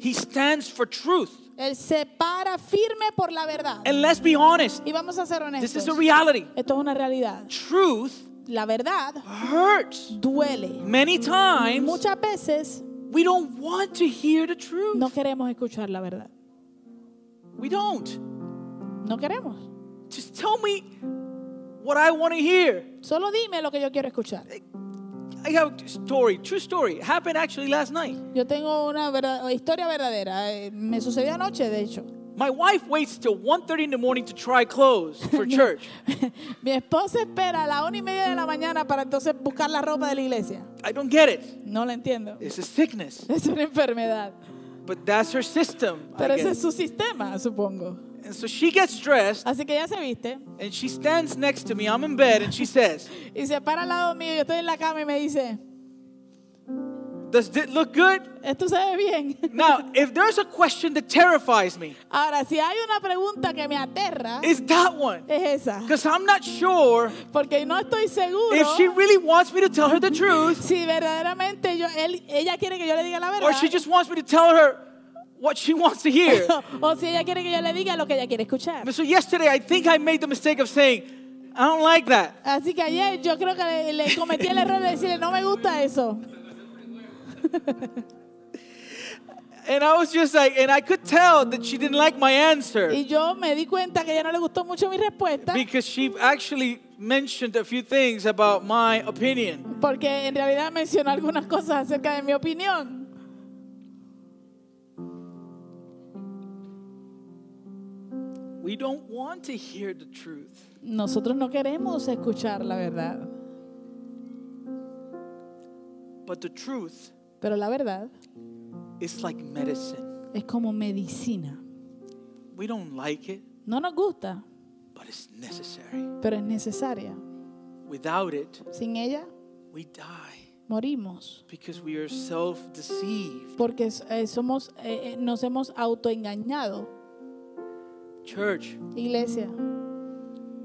[SPEAKER 3] He stands for truth.
[SPEAKER 2] Él se para firme por la verdad.
[SPEAKER 3] And let's be honest,
[SPEAKER 2] Y vamos a ser
[SPEAKER 3] this
[SPEAKER 2] honestos.
[SPEAKER 3] is a reality.
[SPEAKER 2] Esto es una realidad.
[SPEAKER 3] Truth
[SPEAKER 2] La verdad
[SPEAKER 3] hurts.
[SPEAKER 2] duele.
[SPEAKER 3] Many times
[SPEAKER 2] Muchas veces
[SPEAKER 3] we don't want to hear the truth.
[SPEAKER 2] no queremos escuchar la verdad.
[SPEAKER 3] We don't.
[SPEAKER 2] No queremos.
[SPEAKER 3] Just tell me what I want to hear.
[SPEAKER 2] Solo dime lo que yo quiero escuchar.
[SPEAKER 3] I have a story, true story. It happened actually last night.
[SPEAKER 2] Yo tengo una verdad- historia verdadera. eh, Me sucedió anoche, de hecho.
[SPEAKER 3] My wife waits till 1.30 in the morning to try clothes for church.
[SPEAKER 2] Mi esposa espera a las una y media de la mañana para entonces buscar la ropa de la iglesia.
[SPEAKER 3] I don't get it.
[SPEAKER 2] No la entiendo.
[SPEAKER 3] It's a sickness.
[SPEAKER 2] Es una enfermedad.
[SPEAKER 3] But that's her system. I
[SPEAKER 2] Pero ese
[SPEAKER 3] guess.
[SPEAKER 2] es su sistema, supongo.
[SPEAKER 3] And so she gets dressed
[SPEAKER 2] Así que ya se viste
[SPEAKER 3] and she stands next to me. I'm in bed and she says,
[SPEAKER 2] y se para al lado mío. Yo estoy en la cama y me dice,
[SPEAKER 3] Does it look good?
[SPEAKER 2] esto se ve bien.
[SPEAKER 3] Now, if there's a question that terrifies me,
[SPEAKER 2] Ahora, si hay una pregunta que me aterra, es
[SPEAKER 3] it's that one.
[SPEAKER 2] esa.
[SPEAKER 3] Because I'm not sure
[SPEAKER 2] Porque Oh, no estoy
[SPEAKER 3] if she
[SPEAKER 2] seguro
[SPEAKER 3] really wants me to tell her the truth
[SPEAKER 2] si verdaderamente yo, él- ella quiere que yo le diga la verdad.
[SPEAKER 3] or she just wants me to tell her what she wants to hear.
[SPEAKER 2] o si ella quiere que yo le diga lo que ella quiere escuchar.
[SPEAKER 3] And so yesterday, I think I made the mistake of saying, I don't like that.
[SPEAKER 2] Así que ayer yo creo que le, le cometí el error de decirle, no me gusta eso.
[SPEAKER 3] And I was just like, and I could tell that she didn't like my answer
[SPEAKER 2] Y yo me di cuenta que a ella no le gustó mucho mi respuesta.
[SPEAKER 3] because she actually mentioned a few things about my opinion.
[SPEAKER 2] Porque en realidad mencionó algunas cosas acerca de mi opinión.
[SPEAKER 3] We don't want to hear the truth.
[SPEAKER 2] Nosotros no queremos escuchar la verdad,
[SPEAKER 3] But the truth
[SPEAKER 2] pero la verdad
[SPEAKER 3] is like medicine.
[SPEAKER 2] es como medicina.
[SPEAKER 3] We don't like it,
[SPEAKER 2] No nos gusta,
[SPEAKER 3] but it's necessary.
[SPEAKER 2] pero es necesaria.
[SPEAKER 3] Without it,
[SPEAKER 2] Sin ella
[SPEAKER 3] we die
[SPEAKER 2] morimos,
[SPEAKER 3] because we are self deceived.
[SPEAKER 2] porque eh, somos, eh, eh, nos hemos autoengañado.
[SPEAKER 3] Church,
[SPEAKER 2] Iglesia,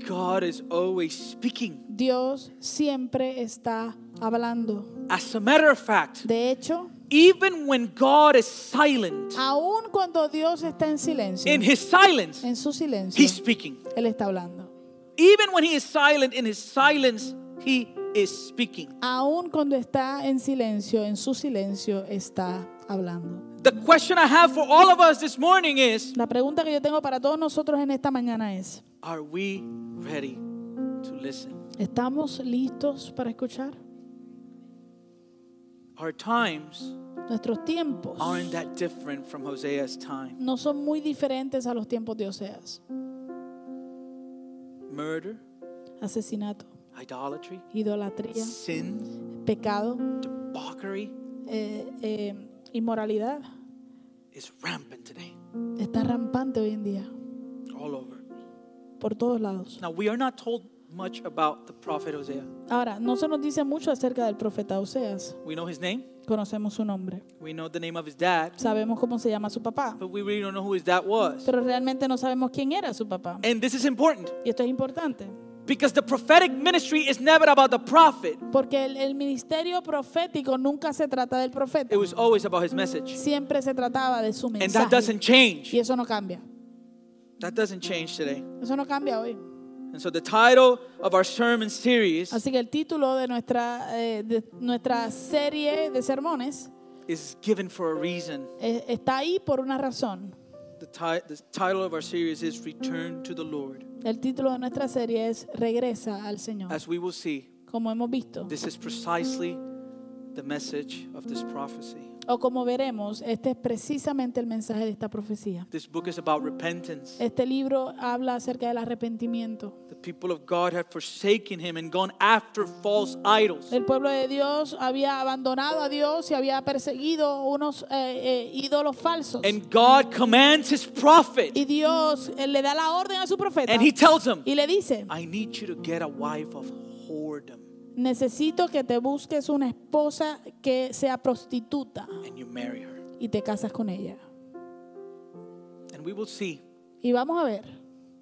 [SPEAKER 3] God is always speaking.
[SPEAKER 2] Dios siempre está hablando.
[SPEAKER 3] As a matter of fact,
[SPEAKER 2] De hecho,
[SPEAKER 3] even when God is silent,
[SPEAKER 2] aun cuando Dios está en silencio,
[SPEAKER 3] in his silence,
[SPEAKER 2] en su
[SPEAKER 3] he's
[SPEAKER 2] silencio,
[SPEAKER 3] speaking.
[SPEAKER 2] Él está hablando.
[SPEAKER 3] Even when he is silent, in his silence, he is speaking.
[SPEAKER 2] Aún cuando está en silencio, en su silencio está hablando.
[SPEAKER 3] The question I have for all of us this morning is
[SPEAKER 2] La pregunta que yo tengo para todos nosotros en esta mañana es,
[SPEAKER 3] Are we ready to listen?
[SPEAKER 2] ¿estamos listos para escuchar?
[SPEAKER 3] Our times
[SPEAKER 2] Nuestros tiempos
[SPEAKER 3] aren't that different from Hosea's time.
[SPEAKER 2] no son muy diferentes a los tiempos de Oseas.
[SPEAKER 3] Murder,
[SPEAKER 2] Asesinato,
[SPEAKER 3] idolatry,
[SPEAKER 2] idolatría,
[SPEAKER 3] sin,
[SPEAKER 2] pecado,
[SPEAKER 3] debauchery
[SPEAKER 2] eh, eh, inmoralidad.
[SPEAKER 3] is rampant today,
[SPEAKER 2] Está rampante hoy en día,
[SPEAKER 3] all over.
[SPEAKER 2] por todos lados.
[SPEAKER 3] Now, we are not told much about the prophet Hosea.
[SPEAKER 2] Ahora, no se nos dice mucho acerca del profeta Oseas.
[SPEAKER 3] We know his name,
[SPEAKER 2] Conocemos su nombre.
[SPEAKER 3] we know the name of his dad,
[SPEAKER 2] Sabemos cómo se llama su papá.
[SPEAKER 3] but we really don't know who his dad was.
[SPEAKER 2] pero realmente no sabemos quién era su papá.
[SPEAKER 3] And this is important.
[SPEAKER 2] Y esto es importante,
[SPEAKER 3] Because the prophetic ministry is never about the prophet.
[SPEAKER 2] porque el, el ministerio profético nunca se trata del profeta,
[SPEAKER 3] It was always about his message.
[SPEAKER 2] siempre se trataba de su
[SPEAKER 3] And that
[SPEAKER 2] mensaje.
[SPEAKER 3] doesn't change.
[SPEAKER 2] Y eso no cambia,
[SPEAKER 3] That doesn't change today.
[SPEAKER 2] eso no cambia hoy.
[SPEAKER 3] And so the title of our sermon series
[SPEAKER 2] Así que el título de nuestra, eh, de nuestra serie de sermones
[SPEAKER 3] is given for a reason.
[SPEAKER 2] eh, está ahí por una razón.
[SPEAKER 3] The, ti- the title of our series is Return to the Lord.
[SPEAKER 2] El título de nuestra serie es Regresa al Señor.
[SPEAKER 3] As we will see,
[SPEAKER 2] Como hemos visto,
[SPEAKER 3] this is precisely the message of this prophecy.
[SPEAKER 2] o como veremos, este es precisamente el mensaje de esta profecía.
[SPEAKER 3] This book is about repentance.
[SPEAKER 2] Este libro habla acerca del arrepentimiento.
[SPEAKER 3] The people of God had forsaken him and gone after false idols.
[SPEAKER 2] El pueblo de Dios había abandonado a Dios y había perseguido unos eh, eh, ídolos falsos.
[SPEAKER 3] And God commands his prophet,
[SPEAKER 2] y Dios eh, le da la orden a su profeta
[SPEAKER 3] and he tells him,
[SPEAKER 2] y le dice,
[SPEAKER 3] I need you to get a wife of whoredom
[SPEAKER 2] necesito que te busques una esposa que sea prostituta
[SPEAKER 3] and you marry her.
[SPEAKER 2] y te casas con ella.
[SPEAKER 3] And we will see
[SPEAKER 2] Y vamos a ver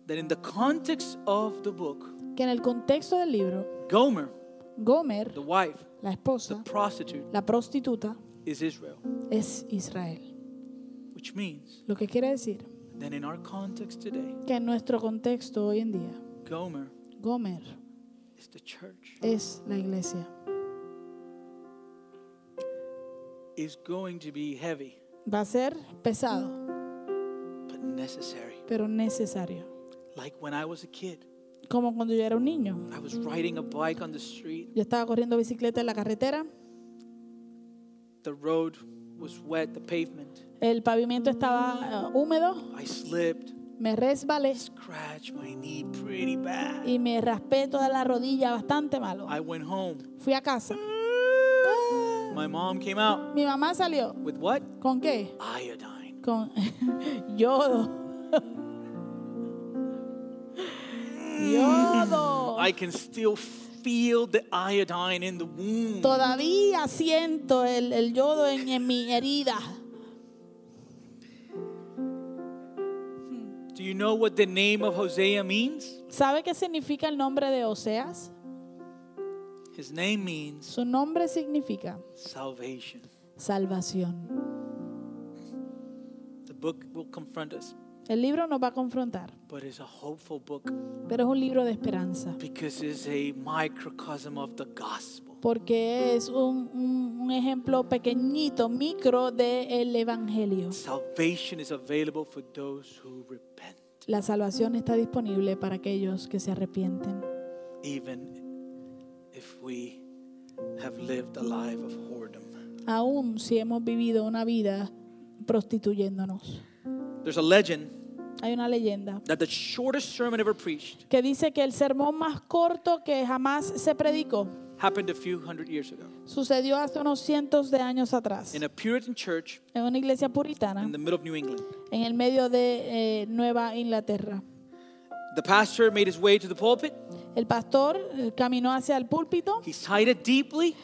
[SPEAKER 3] that in the context of the book,
[SPEAKER 2] que en el contexto del libro,
[SPEAKER 3] Gomer,
[SPEAKER 2] Gomer,
[SPEAKER 3] the wife,
[SPEAKER 2] la
[SPEAKER 3] the
[SPEAKER 2] esposa,
[SPEAKER 3] prostitute,
[SPEAKER 2] la prostituta,
[SPEAKER 3] is Israel,
[SPEAKER 2] es Israel.
[SPEAKER 3] which means
[SPEAKER 2] Lo que quiere decir
[SPEAKER 3] that in our context today,
[SPEAKER 2] que en nuestro contexto hoy en día,
[SPEAKER 3] Gomer
[SPEAKER 2] Gomer
[SPEAKER 3] is the church,
[SPEAKER 2] es la iglesia.
[SPEAKER 3] is going to be heavy
[SPEAKER 2] Va a ser pesado.
[SPEAKER 3] but necessary.
[SPEAKER 2] pero necesario.
[SPEAKER 3] Like when I was a kid,
[SPEAKER 2] Como cuando yo era un niño.
[SPEAKER 3] I was riding a bike on the street,
[SPEAKER 2] Yo estaba corriendo bicicleta en la carretera,
[SPEAKER 3] the road was wet, the pavement.
[SPEAKER 2] El pavimento estaba eh, húmedo,
[SPEAKER 3] I slipped,
[SPEAKER 2] me resbalé
[SPEAKER 3] scratched my knee pretty bad.
[SPEAKER 2] y me raspé toda la rodilla bastante malo.
[SPEAKER 3] I went home.
[SPEAKER 2] Fui a casa. Ah,
[SPEAKER 3] My mom came out
[SPEAKER 2] Mi mamá salió.
[SPEAKER 3] with what?
[SPEAKER 2] ¿Con qué?
[SPEAKER 3] Iodine.
[SPEAKER 2] Con yodo. yodo.
[SPEAKER 3] I can still feel the iodine in the wound.
[SPEAKER 2] Todavía siento el, el yodo en, en mi herida.
[SPEAKER 3] Do you know what the name of Hosea means?
[SPEAKER 2] ¿Sabe qué significa el nombre de Oseas?
[SPEAKER 3] His name means
[SPEAKER 2] Su nombre significa
[SPEAKER 3] salvation.
[SPEAKER 2] salvación.
[SPEAKER 3] The book will confront us,
[SPEAKER 2] El libro nos va a confrontar,
[SPEAKER 3] but it's a hopeful book
[SPEAKER 2] pero es un libro de esperanza,
[SPEAKER 3] because it's a microcosm of the gospel.
[SPEAKER 2] porque es un, un- un ejemplo pequeñito, micro del Evangelio.
[SPEAKER 3] Salvation is available for those who repent,
[SPEAKER 2] La salvación está disponible para aquellos que se arrepienten,
[SPEAKER 3] even if we have lived a life of whoredom.
[SPEAKER 2] aun si hemos vivido una vida prostituyéndonos.
[SPEAKER 3] There's a legend
[SPEAKER 2] Hay una leyenda
[SPEAKER 3] that the shortest sermon ever preached
[SPEAKER 2] que dice que el sermón más corto que jamás se predicó
[SPEAKER 3] happened a few hundred years ago
[SPEAKER 2] sucedió hace unos cientos de años atrás,
[SPEAKER 3] in a Puritan church
[SPEAKER 2] en una iglesia puritana,
[SPEAKER 3] in the middle of New England.
[SPEAKER 2] en el medio de eh, Nueva Inglaterra.
[SPEAKER 3] The pastor made his way to the pulpit.
[SPEAKER 2] El pastor eh, caminó hacia el púlpito,
[SPEAKER 3] He sighed deeply,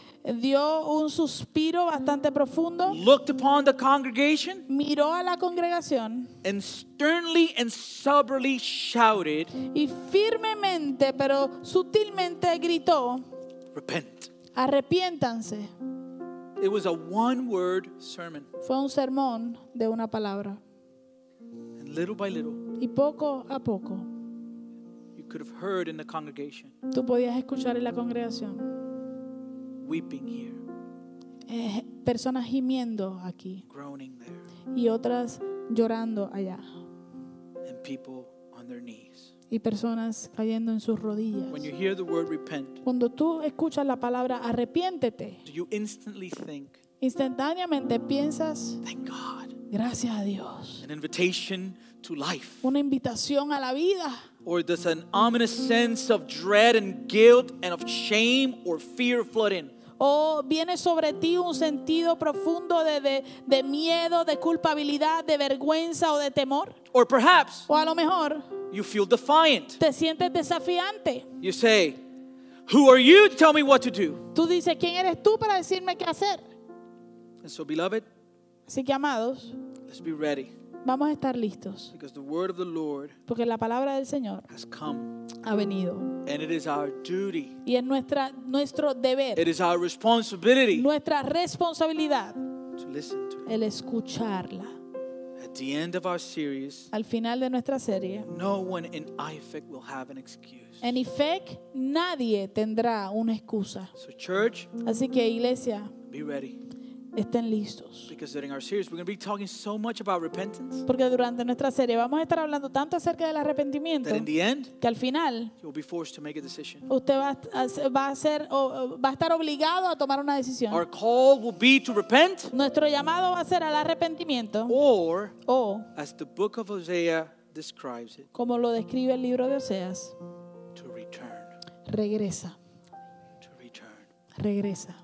[SPEAKER 2] dio un suspiro bastante profundo,
[SPEAKER 3] looked upon the congregation,
[SPEAKER 2] miró a la congregación
[SPEAKER 3] and sternly and soberly shouted,
[SPEAKER 2] y firmemente, pero sutilmente gritó,
[SPEAKER 3] Repent.
[SPEAKER 2] arrepiéntanse.
[SPEAKER 3] It was a one word sermon.
[SPEAKER 2] Fue un sermón de una palabra.
[SPEAKER 3] And little by little,
[SPEAKER 2] Y poco a poco
[SPEAKER 3] you could have heard in the congregation,
[SPEAKER 2] tú podías escuchar en la congregación
[SPEAKER 3] weeping here,
[SPEAKER 2] eh, personas gimiendo aquí
[SPEAKER 3] groaning there,
[SPEAKER 2] y otras llorando allá
[SPEAKER 3] and people on their knees.
[SPEAKER 2] y personas cayendo en sus rodillas.
[SPEAKER 3] When you hear the word repent,
[SPEAKER 2] Cuando tú escuchas la palabra arrepiéntete,
[SPEAKER 3] do you instantly think,
[SPEAKER 2] instantáneamente piensas,
[SPEAKER 3] Thank God,
[SPEAKER 2] gracias a Dios,
[SPEAKER 3] an invitation to life?
[SPEAKER 2] una invitación a la vida.
[SPEAKER 3] Or does an ominous sense of dread and guilt and of shame or fear flood in?
[SPEAKER 2] O viene sobre ti un sentido profundo de, de- de miedo, de culpabilidad, de vergüenza o de temor.
[SPEAKER 3] Or perhaps
[SPEAKER 2] O a lo mejor
[SPEAKER 3] you feel defiant.
[SPEAKER 2] te sientes desafiante.
[SPEAKER 3] You say, Who are you to tell me what to do?
[SPEAKER 2] Tú dices, ¿quién eres tú para decirme qué hacer?
[SPEAKER 3] And so, beloved,
[SPEAKER 2] Así que, amados,
[SPEAKER 3] let's be ready
[SPEAKER 2] vamos a estar listos.
[SPEAKER 3] because the word of the Lord
[SPEAKER 2] Porque la palabra del Señor
[SPEAKER 3] has come
[SPEAKER 2] ha venido.
[SPEAKER 3] and it is our duty,
[SPEAKER 2] Y es nuestra, nuestro
[SPEAKER 3] it
[SPEAKER 2] deber,
[SPEAKER 3] is our responsibility
[SPEAKER 2] nuestra responsabilidad,
[SPEAKER 3] to listen to it.
[SPEAKER 2] el escucharla.
[SPEAKER 3] At the end of our series,
[SPEAKER 2] Al final de nuestra serie,
[SPEAKER 3] no one in IFEC will have an excuse.
[SPEAKER 2] en IFEC nadie tendrá una excusa.
[SPEAKER 3] So, church,
[SPEAKER 2] Así que, iglesia,
[SPEAKER 3] be ready
[SPEAKER 2] estén listos.
[SPEAKER 3] because during our series, we're going to be talking so much about repentance
[SPEAKER 2] Porque durante nuestra serie vamos a estar hablando tanto acerca del arrepentimiento
[SPEAKER 3] that in the end,
[SPEAKER 2] que al final
[SPEAKER 3] you'll be forced to make a decision.
[SPEAKER 2] usted va a, va a ser, o- o va a estar obligado a tomar una decisión.
[SPEAKER 3] Our call will be to repent
[SPEAKER 2] Nuestro llamado va a ser al arrepentimiento
[SPEAKER 3] or
[SPEAKER 2] o,
[SPEAKER 3] as the book of Hosea describes it,
[SPEAKER 2] como lo describe el libro de Oseas,
[SPEAKER 3] to return,
[SPEAKER 2] regresa,
[SPEAKER 3] to return.
[SPEAKER 2] regresa.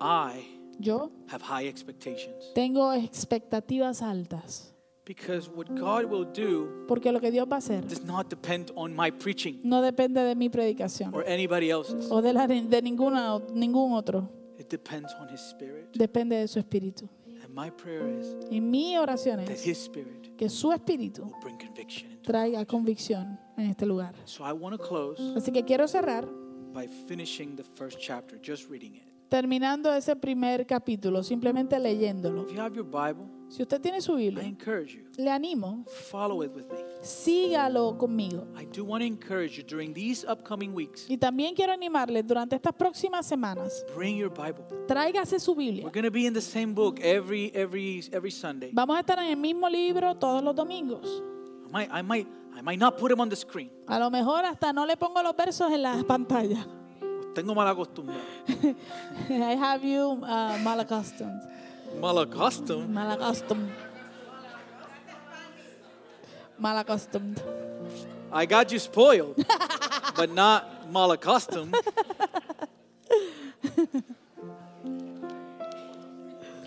[SPEAKER 3] I
[SPEAKER 2] Yo
[SPEAKER 3] have high expectations
[SPEAKER 2] tengo expectativas altas,
[SPEAKER 3] because what God will do
[SPEAKER 2] porque lo que Dios va a hacer
[SPEAKER 3] does not depend on my preaching
[SPEAKER 2] no depende de mi predicación
[SPEAKER 3] or anybody else's.
[SPEAKER 2] o de, la, de ninguna, o- ningún otro,
[SPEAKER 3] It depends on His Spirit.
[SPEAKER 2] depende de su espíritu.
[SPEAKER 3] And my prayer is
[SPEAKER 2] Y mi oración
[SPEAKER 3] that
[SPEAKER 2] es
[SPEAKER 3] His Spirit
[SPEAKER 2] que su espíritu
[SPEAKER 3] will bring conviction. Into
[SPEAKER 2] traiga convicción en este lugar.
[SPEAKER 3] so I want to close
[SPEAKER 2] Así que quiero cerrar
[SPEAKER 3] by finishing the first chapter, just reading it.
[SPEAKER 2] terminando ese primer capítulo, simplemente leyéndolo.
[SPEAKER 3] If you have your Bible,
[SPEAKER 2] Si usted tiene su
[SPEAKER 3] I
[SPEAKER 2] Biblia,
[SPEAKER 3] encourage you,
[SPEAKER 2] le animo
[SPEAKER 3] follow it with me.
[SPEAKER 2] sígalo conmigo.
[SPEAKER 3] I do want to encourage you during these upcoming weeks,
[SPEAKER 2] Y también quiero animarles durante estas próximas semanas,
[SPEAKER 3] bring your Bible.
[SPEAKER 2] tráigase su
[SPEAKER 3] We're
[SPEAKER 2] Biblia.
[SPEAKER 3] going to be in the same book every every every Sunday.
[SPEAKER 2] Vamos a estar en el mismo libro todos los domingos.
[SPEAKER 3] I might I might I might not put them on the screen.
[SPEAKER 2] A lo mejor hasta no le pongo los versos en la pantalla.
[SPEAKER 3] Tengo mala costumbre.
[SPEAKER 2] I have you uh, mal accustomed.
[SPEAKER 3] Malacostum.
[SPEAKER 2] Malacostum. Malacostumed.
[SPEAKER 3] I got you spoiled, but not malacostum.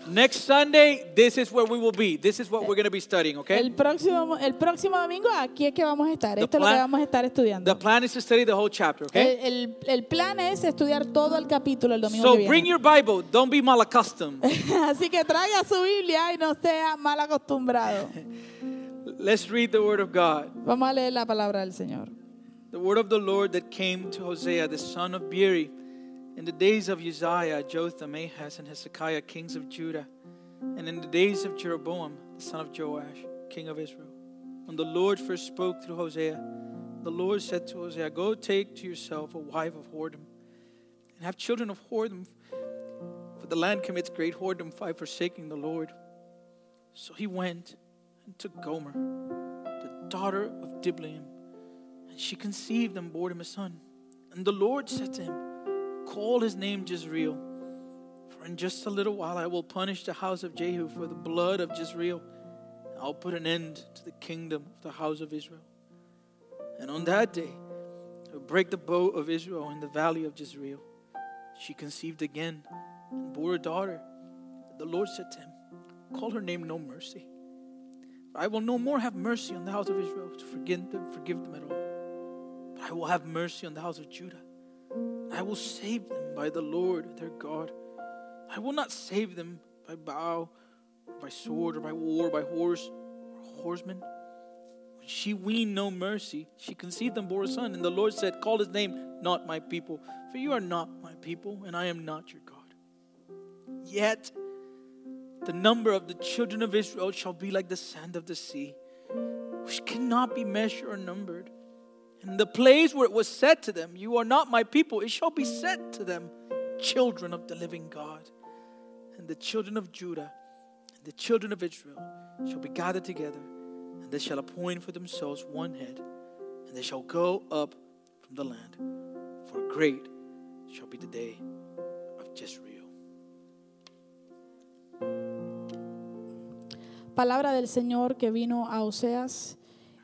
[SPEAKER 3] Next Sunday, this is where we will be. This is what we're going to be studying, okay?
[SPEAKER 2] El próximo, el próximo domingo aquí es que vamos a estar.
[SPEAKER 3] The
[SPEAKER 2] Esto es lo que
[SPEAKER 3] plan-
[SPEAKER 2] vamos a estar
[SPEAKER 3] The
[SPEAKER 2] estudiando.
[SPEAKER 3] plan is to study the whole chapter, okay?
[SPEAKER 2] El, el- el plan es estudiar todo el capítulo el domingo
[SPEAKER 3] So
[SPEAKER 2] que
[SPEAKER 3] bring
[SPEAKER 2] viene.
[SPEAKER 3] your Bible. Don't be malacostum.
[SPEAKER 2] Así que traiga su Biblia y no sea mal acostumbrado.
[SPEAKER 3] Let's read the word of God.
[SPEAKER 2] Vamos a leer la palabra del Señor.
[SPEAKER 3] The word of the Lord that came to Hosea, the son of Beeri, in the days of Uzziah, Jotham, Ahaz, and Hezekiah, kings of Judah, and in the days of Jeroboam, the son of Joash, king of Israel. When the Lord first spoke through Hosea, the Lord said to Hosea, Go take to yourself a wife of whoredom, and have children of whoredom, for the land commits great whoredom by forsaking the Lord. So he went and took Gomer, the daughter of Diblaim, and she conceived and bore him a son. And the Lord said to him, Call his name Jezreel, for in just a little while I will punish the house of Jehu for the blood of Jezreel. and I'll put an end to the kingdom of the house of Israel. And on that day, I will break the bow of Israel in the valley of Jezreel. She conceived again and bore a daughter. The Lord said to him, Call her name No Mercy. For I will no more have mercy on the house of Israel to forgive them, forgive them at all. But I will have mercy on the house of Judah. I will save them by the Lord their God. I will not save them by bow, or by sword, or by war, by horse, or horseman. When she weaned no mercy, she conceived and bore a son. And the Lord said, Call his name not my people, for you are not my people, and I am not your God. Yet the number of the children of Israel shall be like the sand of the sea, which cannot be measured or numbered. And the place where it was said to them, You are not my people, it shall be said to them, Children of the living God. And the children of Judah and the children of Israel shall be gathered together, and they shall appoint for themselves one head, and they shall go up from the land. For great shall be the day of Jezreel.
[SPEAKER 2] Palabra del Señor que vino a Oseas,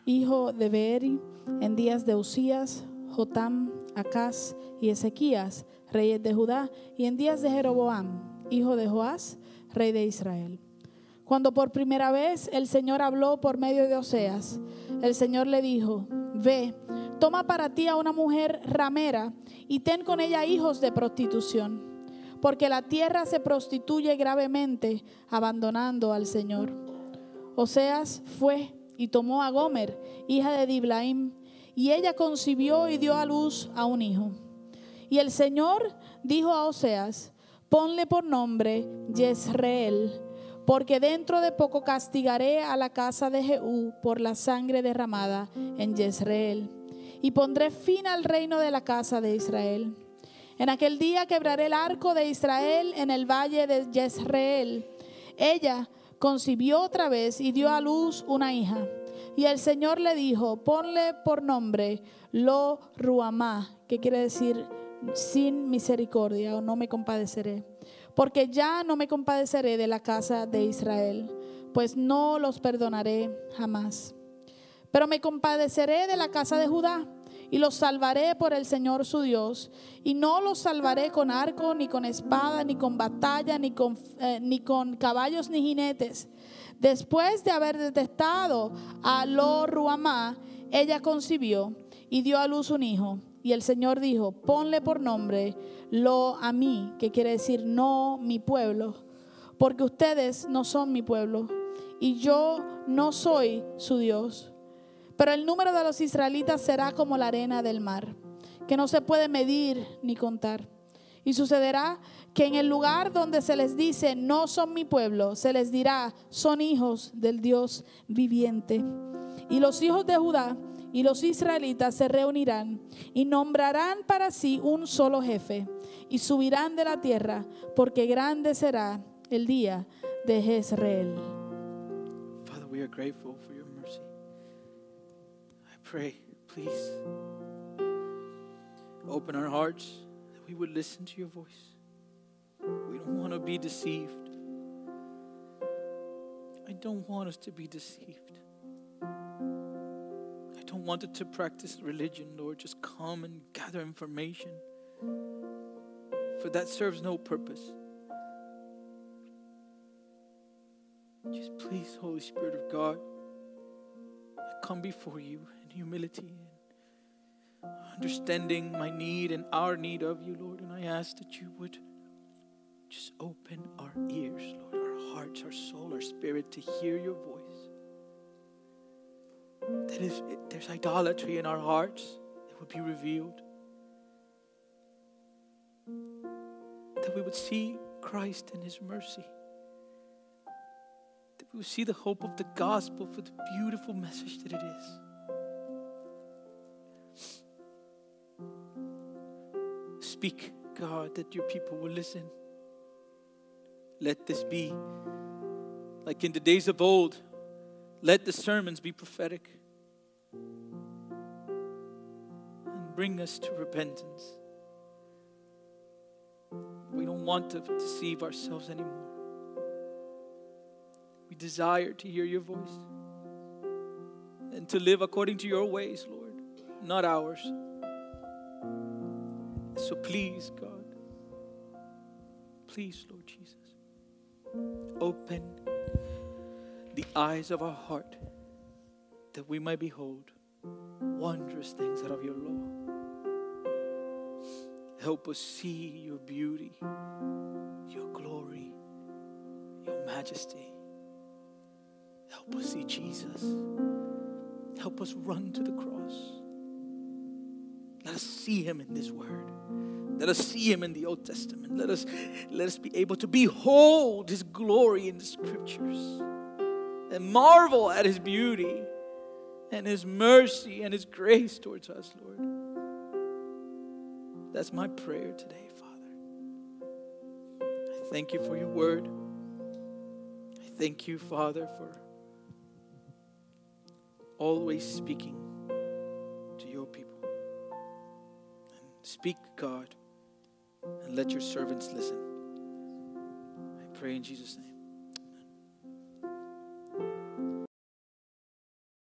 [SPEAKER 2] hijo de Beeri, en días de Usías, Jotam, Acaz y Ezequías, reyes de Judá, y en días de Jeroboam, hijo de Joás, rey de Israel. Cuando por primera vez el Señor habló por medio de Oseas, el Señor le dijo, ve, toma para ti a una mujer ramera y ten con ella hijos de prostitución, porque la tierra se prostituye gravemente abandonando al Señor. Oseas fue y tomó a Gomer, hija de Diblaim, y ella concibió y dio a luz a un hijo. Y el Señor dijo a Oseas, ponle por nombre Jezreel, porque dentro de poco castigaré a la casa de Jehú por la sangre derramada en Jezreel, y pondré fin al reino de la casa de Israel. En aquel día quebraré el arco de Israel en el valle de Jezreel. Ella concibió otra vez y dio a luz una hija. Y el Señor le dijo, ponle por nombre Lo Ruamá, que quiere decir sin misericordia o no me compadeceré, porque ya no me compadeceré de la casa de Israel, pues no los perdonaré jamás. Pero me compadeceré de la casa de Judá y los salvaré por el Señor su Dios. Y no los salvaré con arco, ni con espada, ni con batalla, ni con, eh, ni con caballos, ni jinetes. Después de haber detestado a Lo Ruamá, ella concibió y dio a luz un hijo. Y el Señor dijo, ponle por nombre Lo a mí, que quiere decir no mi pueblo porque ustedes no son mi pueblo y yo no soy su Dios. Pero el número de los israelitas será como la arena del mar, que no se puede medir ni contar. Y sucederá que en el lugar donde se les dice, no son mi pueblo, se les dirá, son hijos del Dios viviente. Y los hijos de Judá y los israelitas se reunirán y nombrarán para sí un solo jefe y subirán de la tierra, porque grande será el día de Jezreel.
[SPEAKER 3] Father, we are grateful for your mercy. I pray, please, open our hearts that we would listen to your voice. We don't want to be deceived. I don't want us to be deceived. I don't want it to practice religion, Lord. Just come and gather information. For that serves no purpose. Just please, Holy Spirit of God, I come before you in humility and understanding my need and our need of you, Lord. And I ask that you would just open our ears, Lord, our hearts, our soul, our spirit to hear your voice. That if it- there's idolatry in our hearts, it would be revealed. That we would see Christ in his mercy. That we would see the hope of the gospel for the beautiful message that it is. Speak, God, that your people will listen. Let this be like in the days of old. Let the sermons be prophetic and bring us to repentance. We don't want to deceive ourselves anymore. We desire to hear your voice and to live according to your ways, Lord, not ours. So please, God, please, Lord Jesus, open the eyes of our heart that we may behold wondrous things out of your law. Help us see your beauty, your glory, your majesty. Help us see Jesus. Help us run to the cross. Let us see him in this word. Let us see him in the Old Testament. Let us let us be able to behold his glory in the scriptures and marvel at his beauty and his mercy and his grace towards us, Lord. That's my prayer today, Father. I thank you for your word. I thank you, Father, for always speaking to your people. And speak, God, and let your servants listen. I pray in Jesus' name.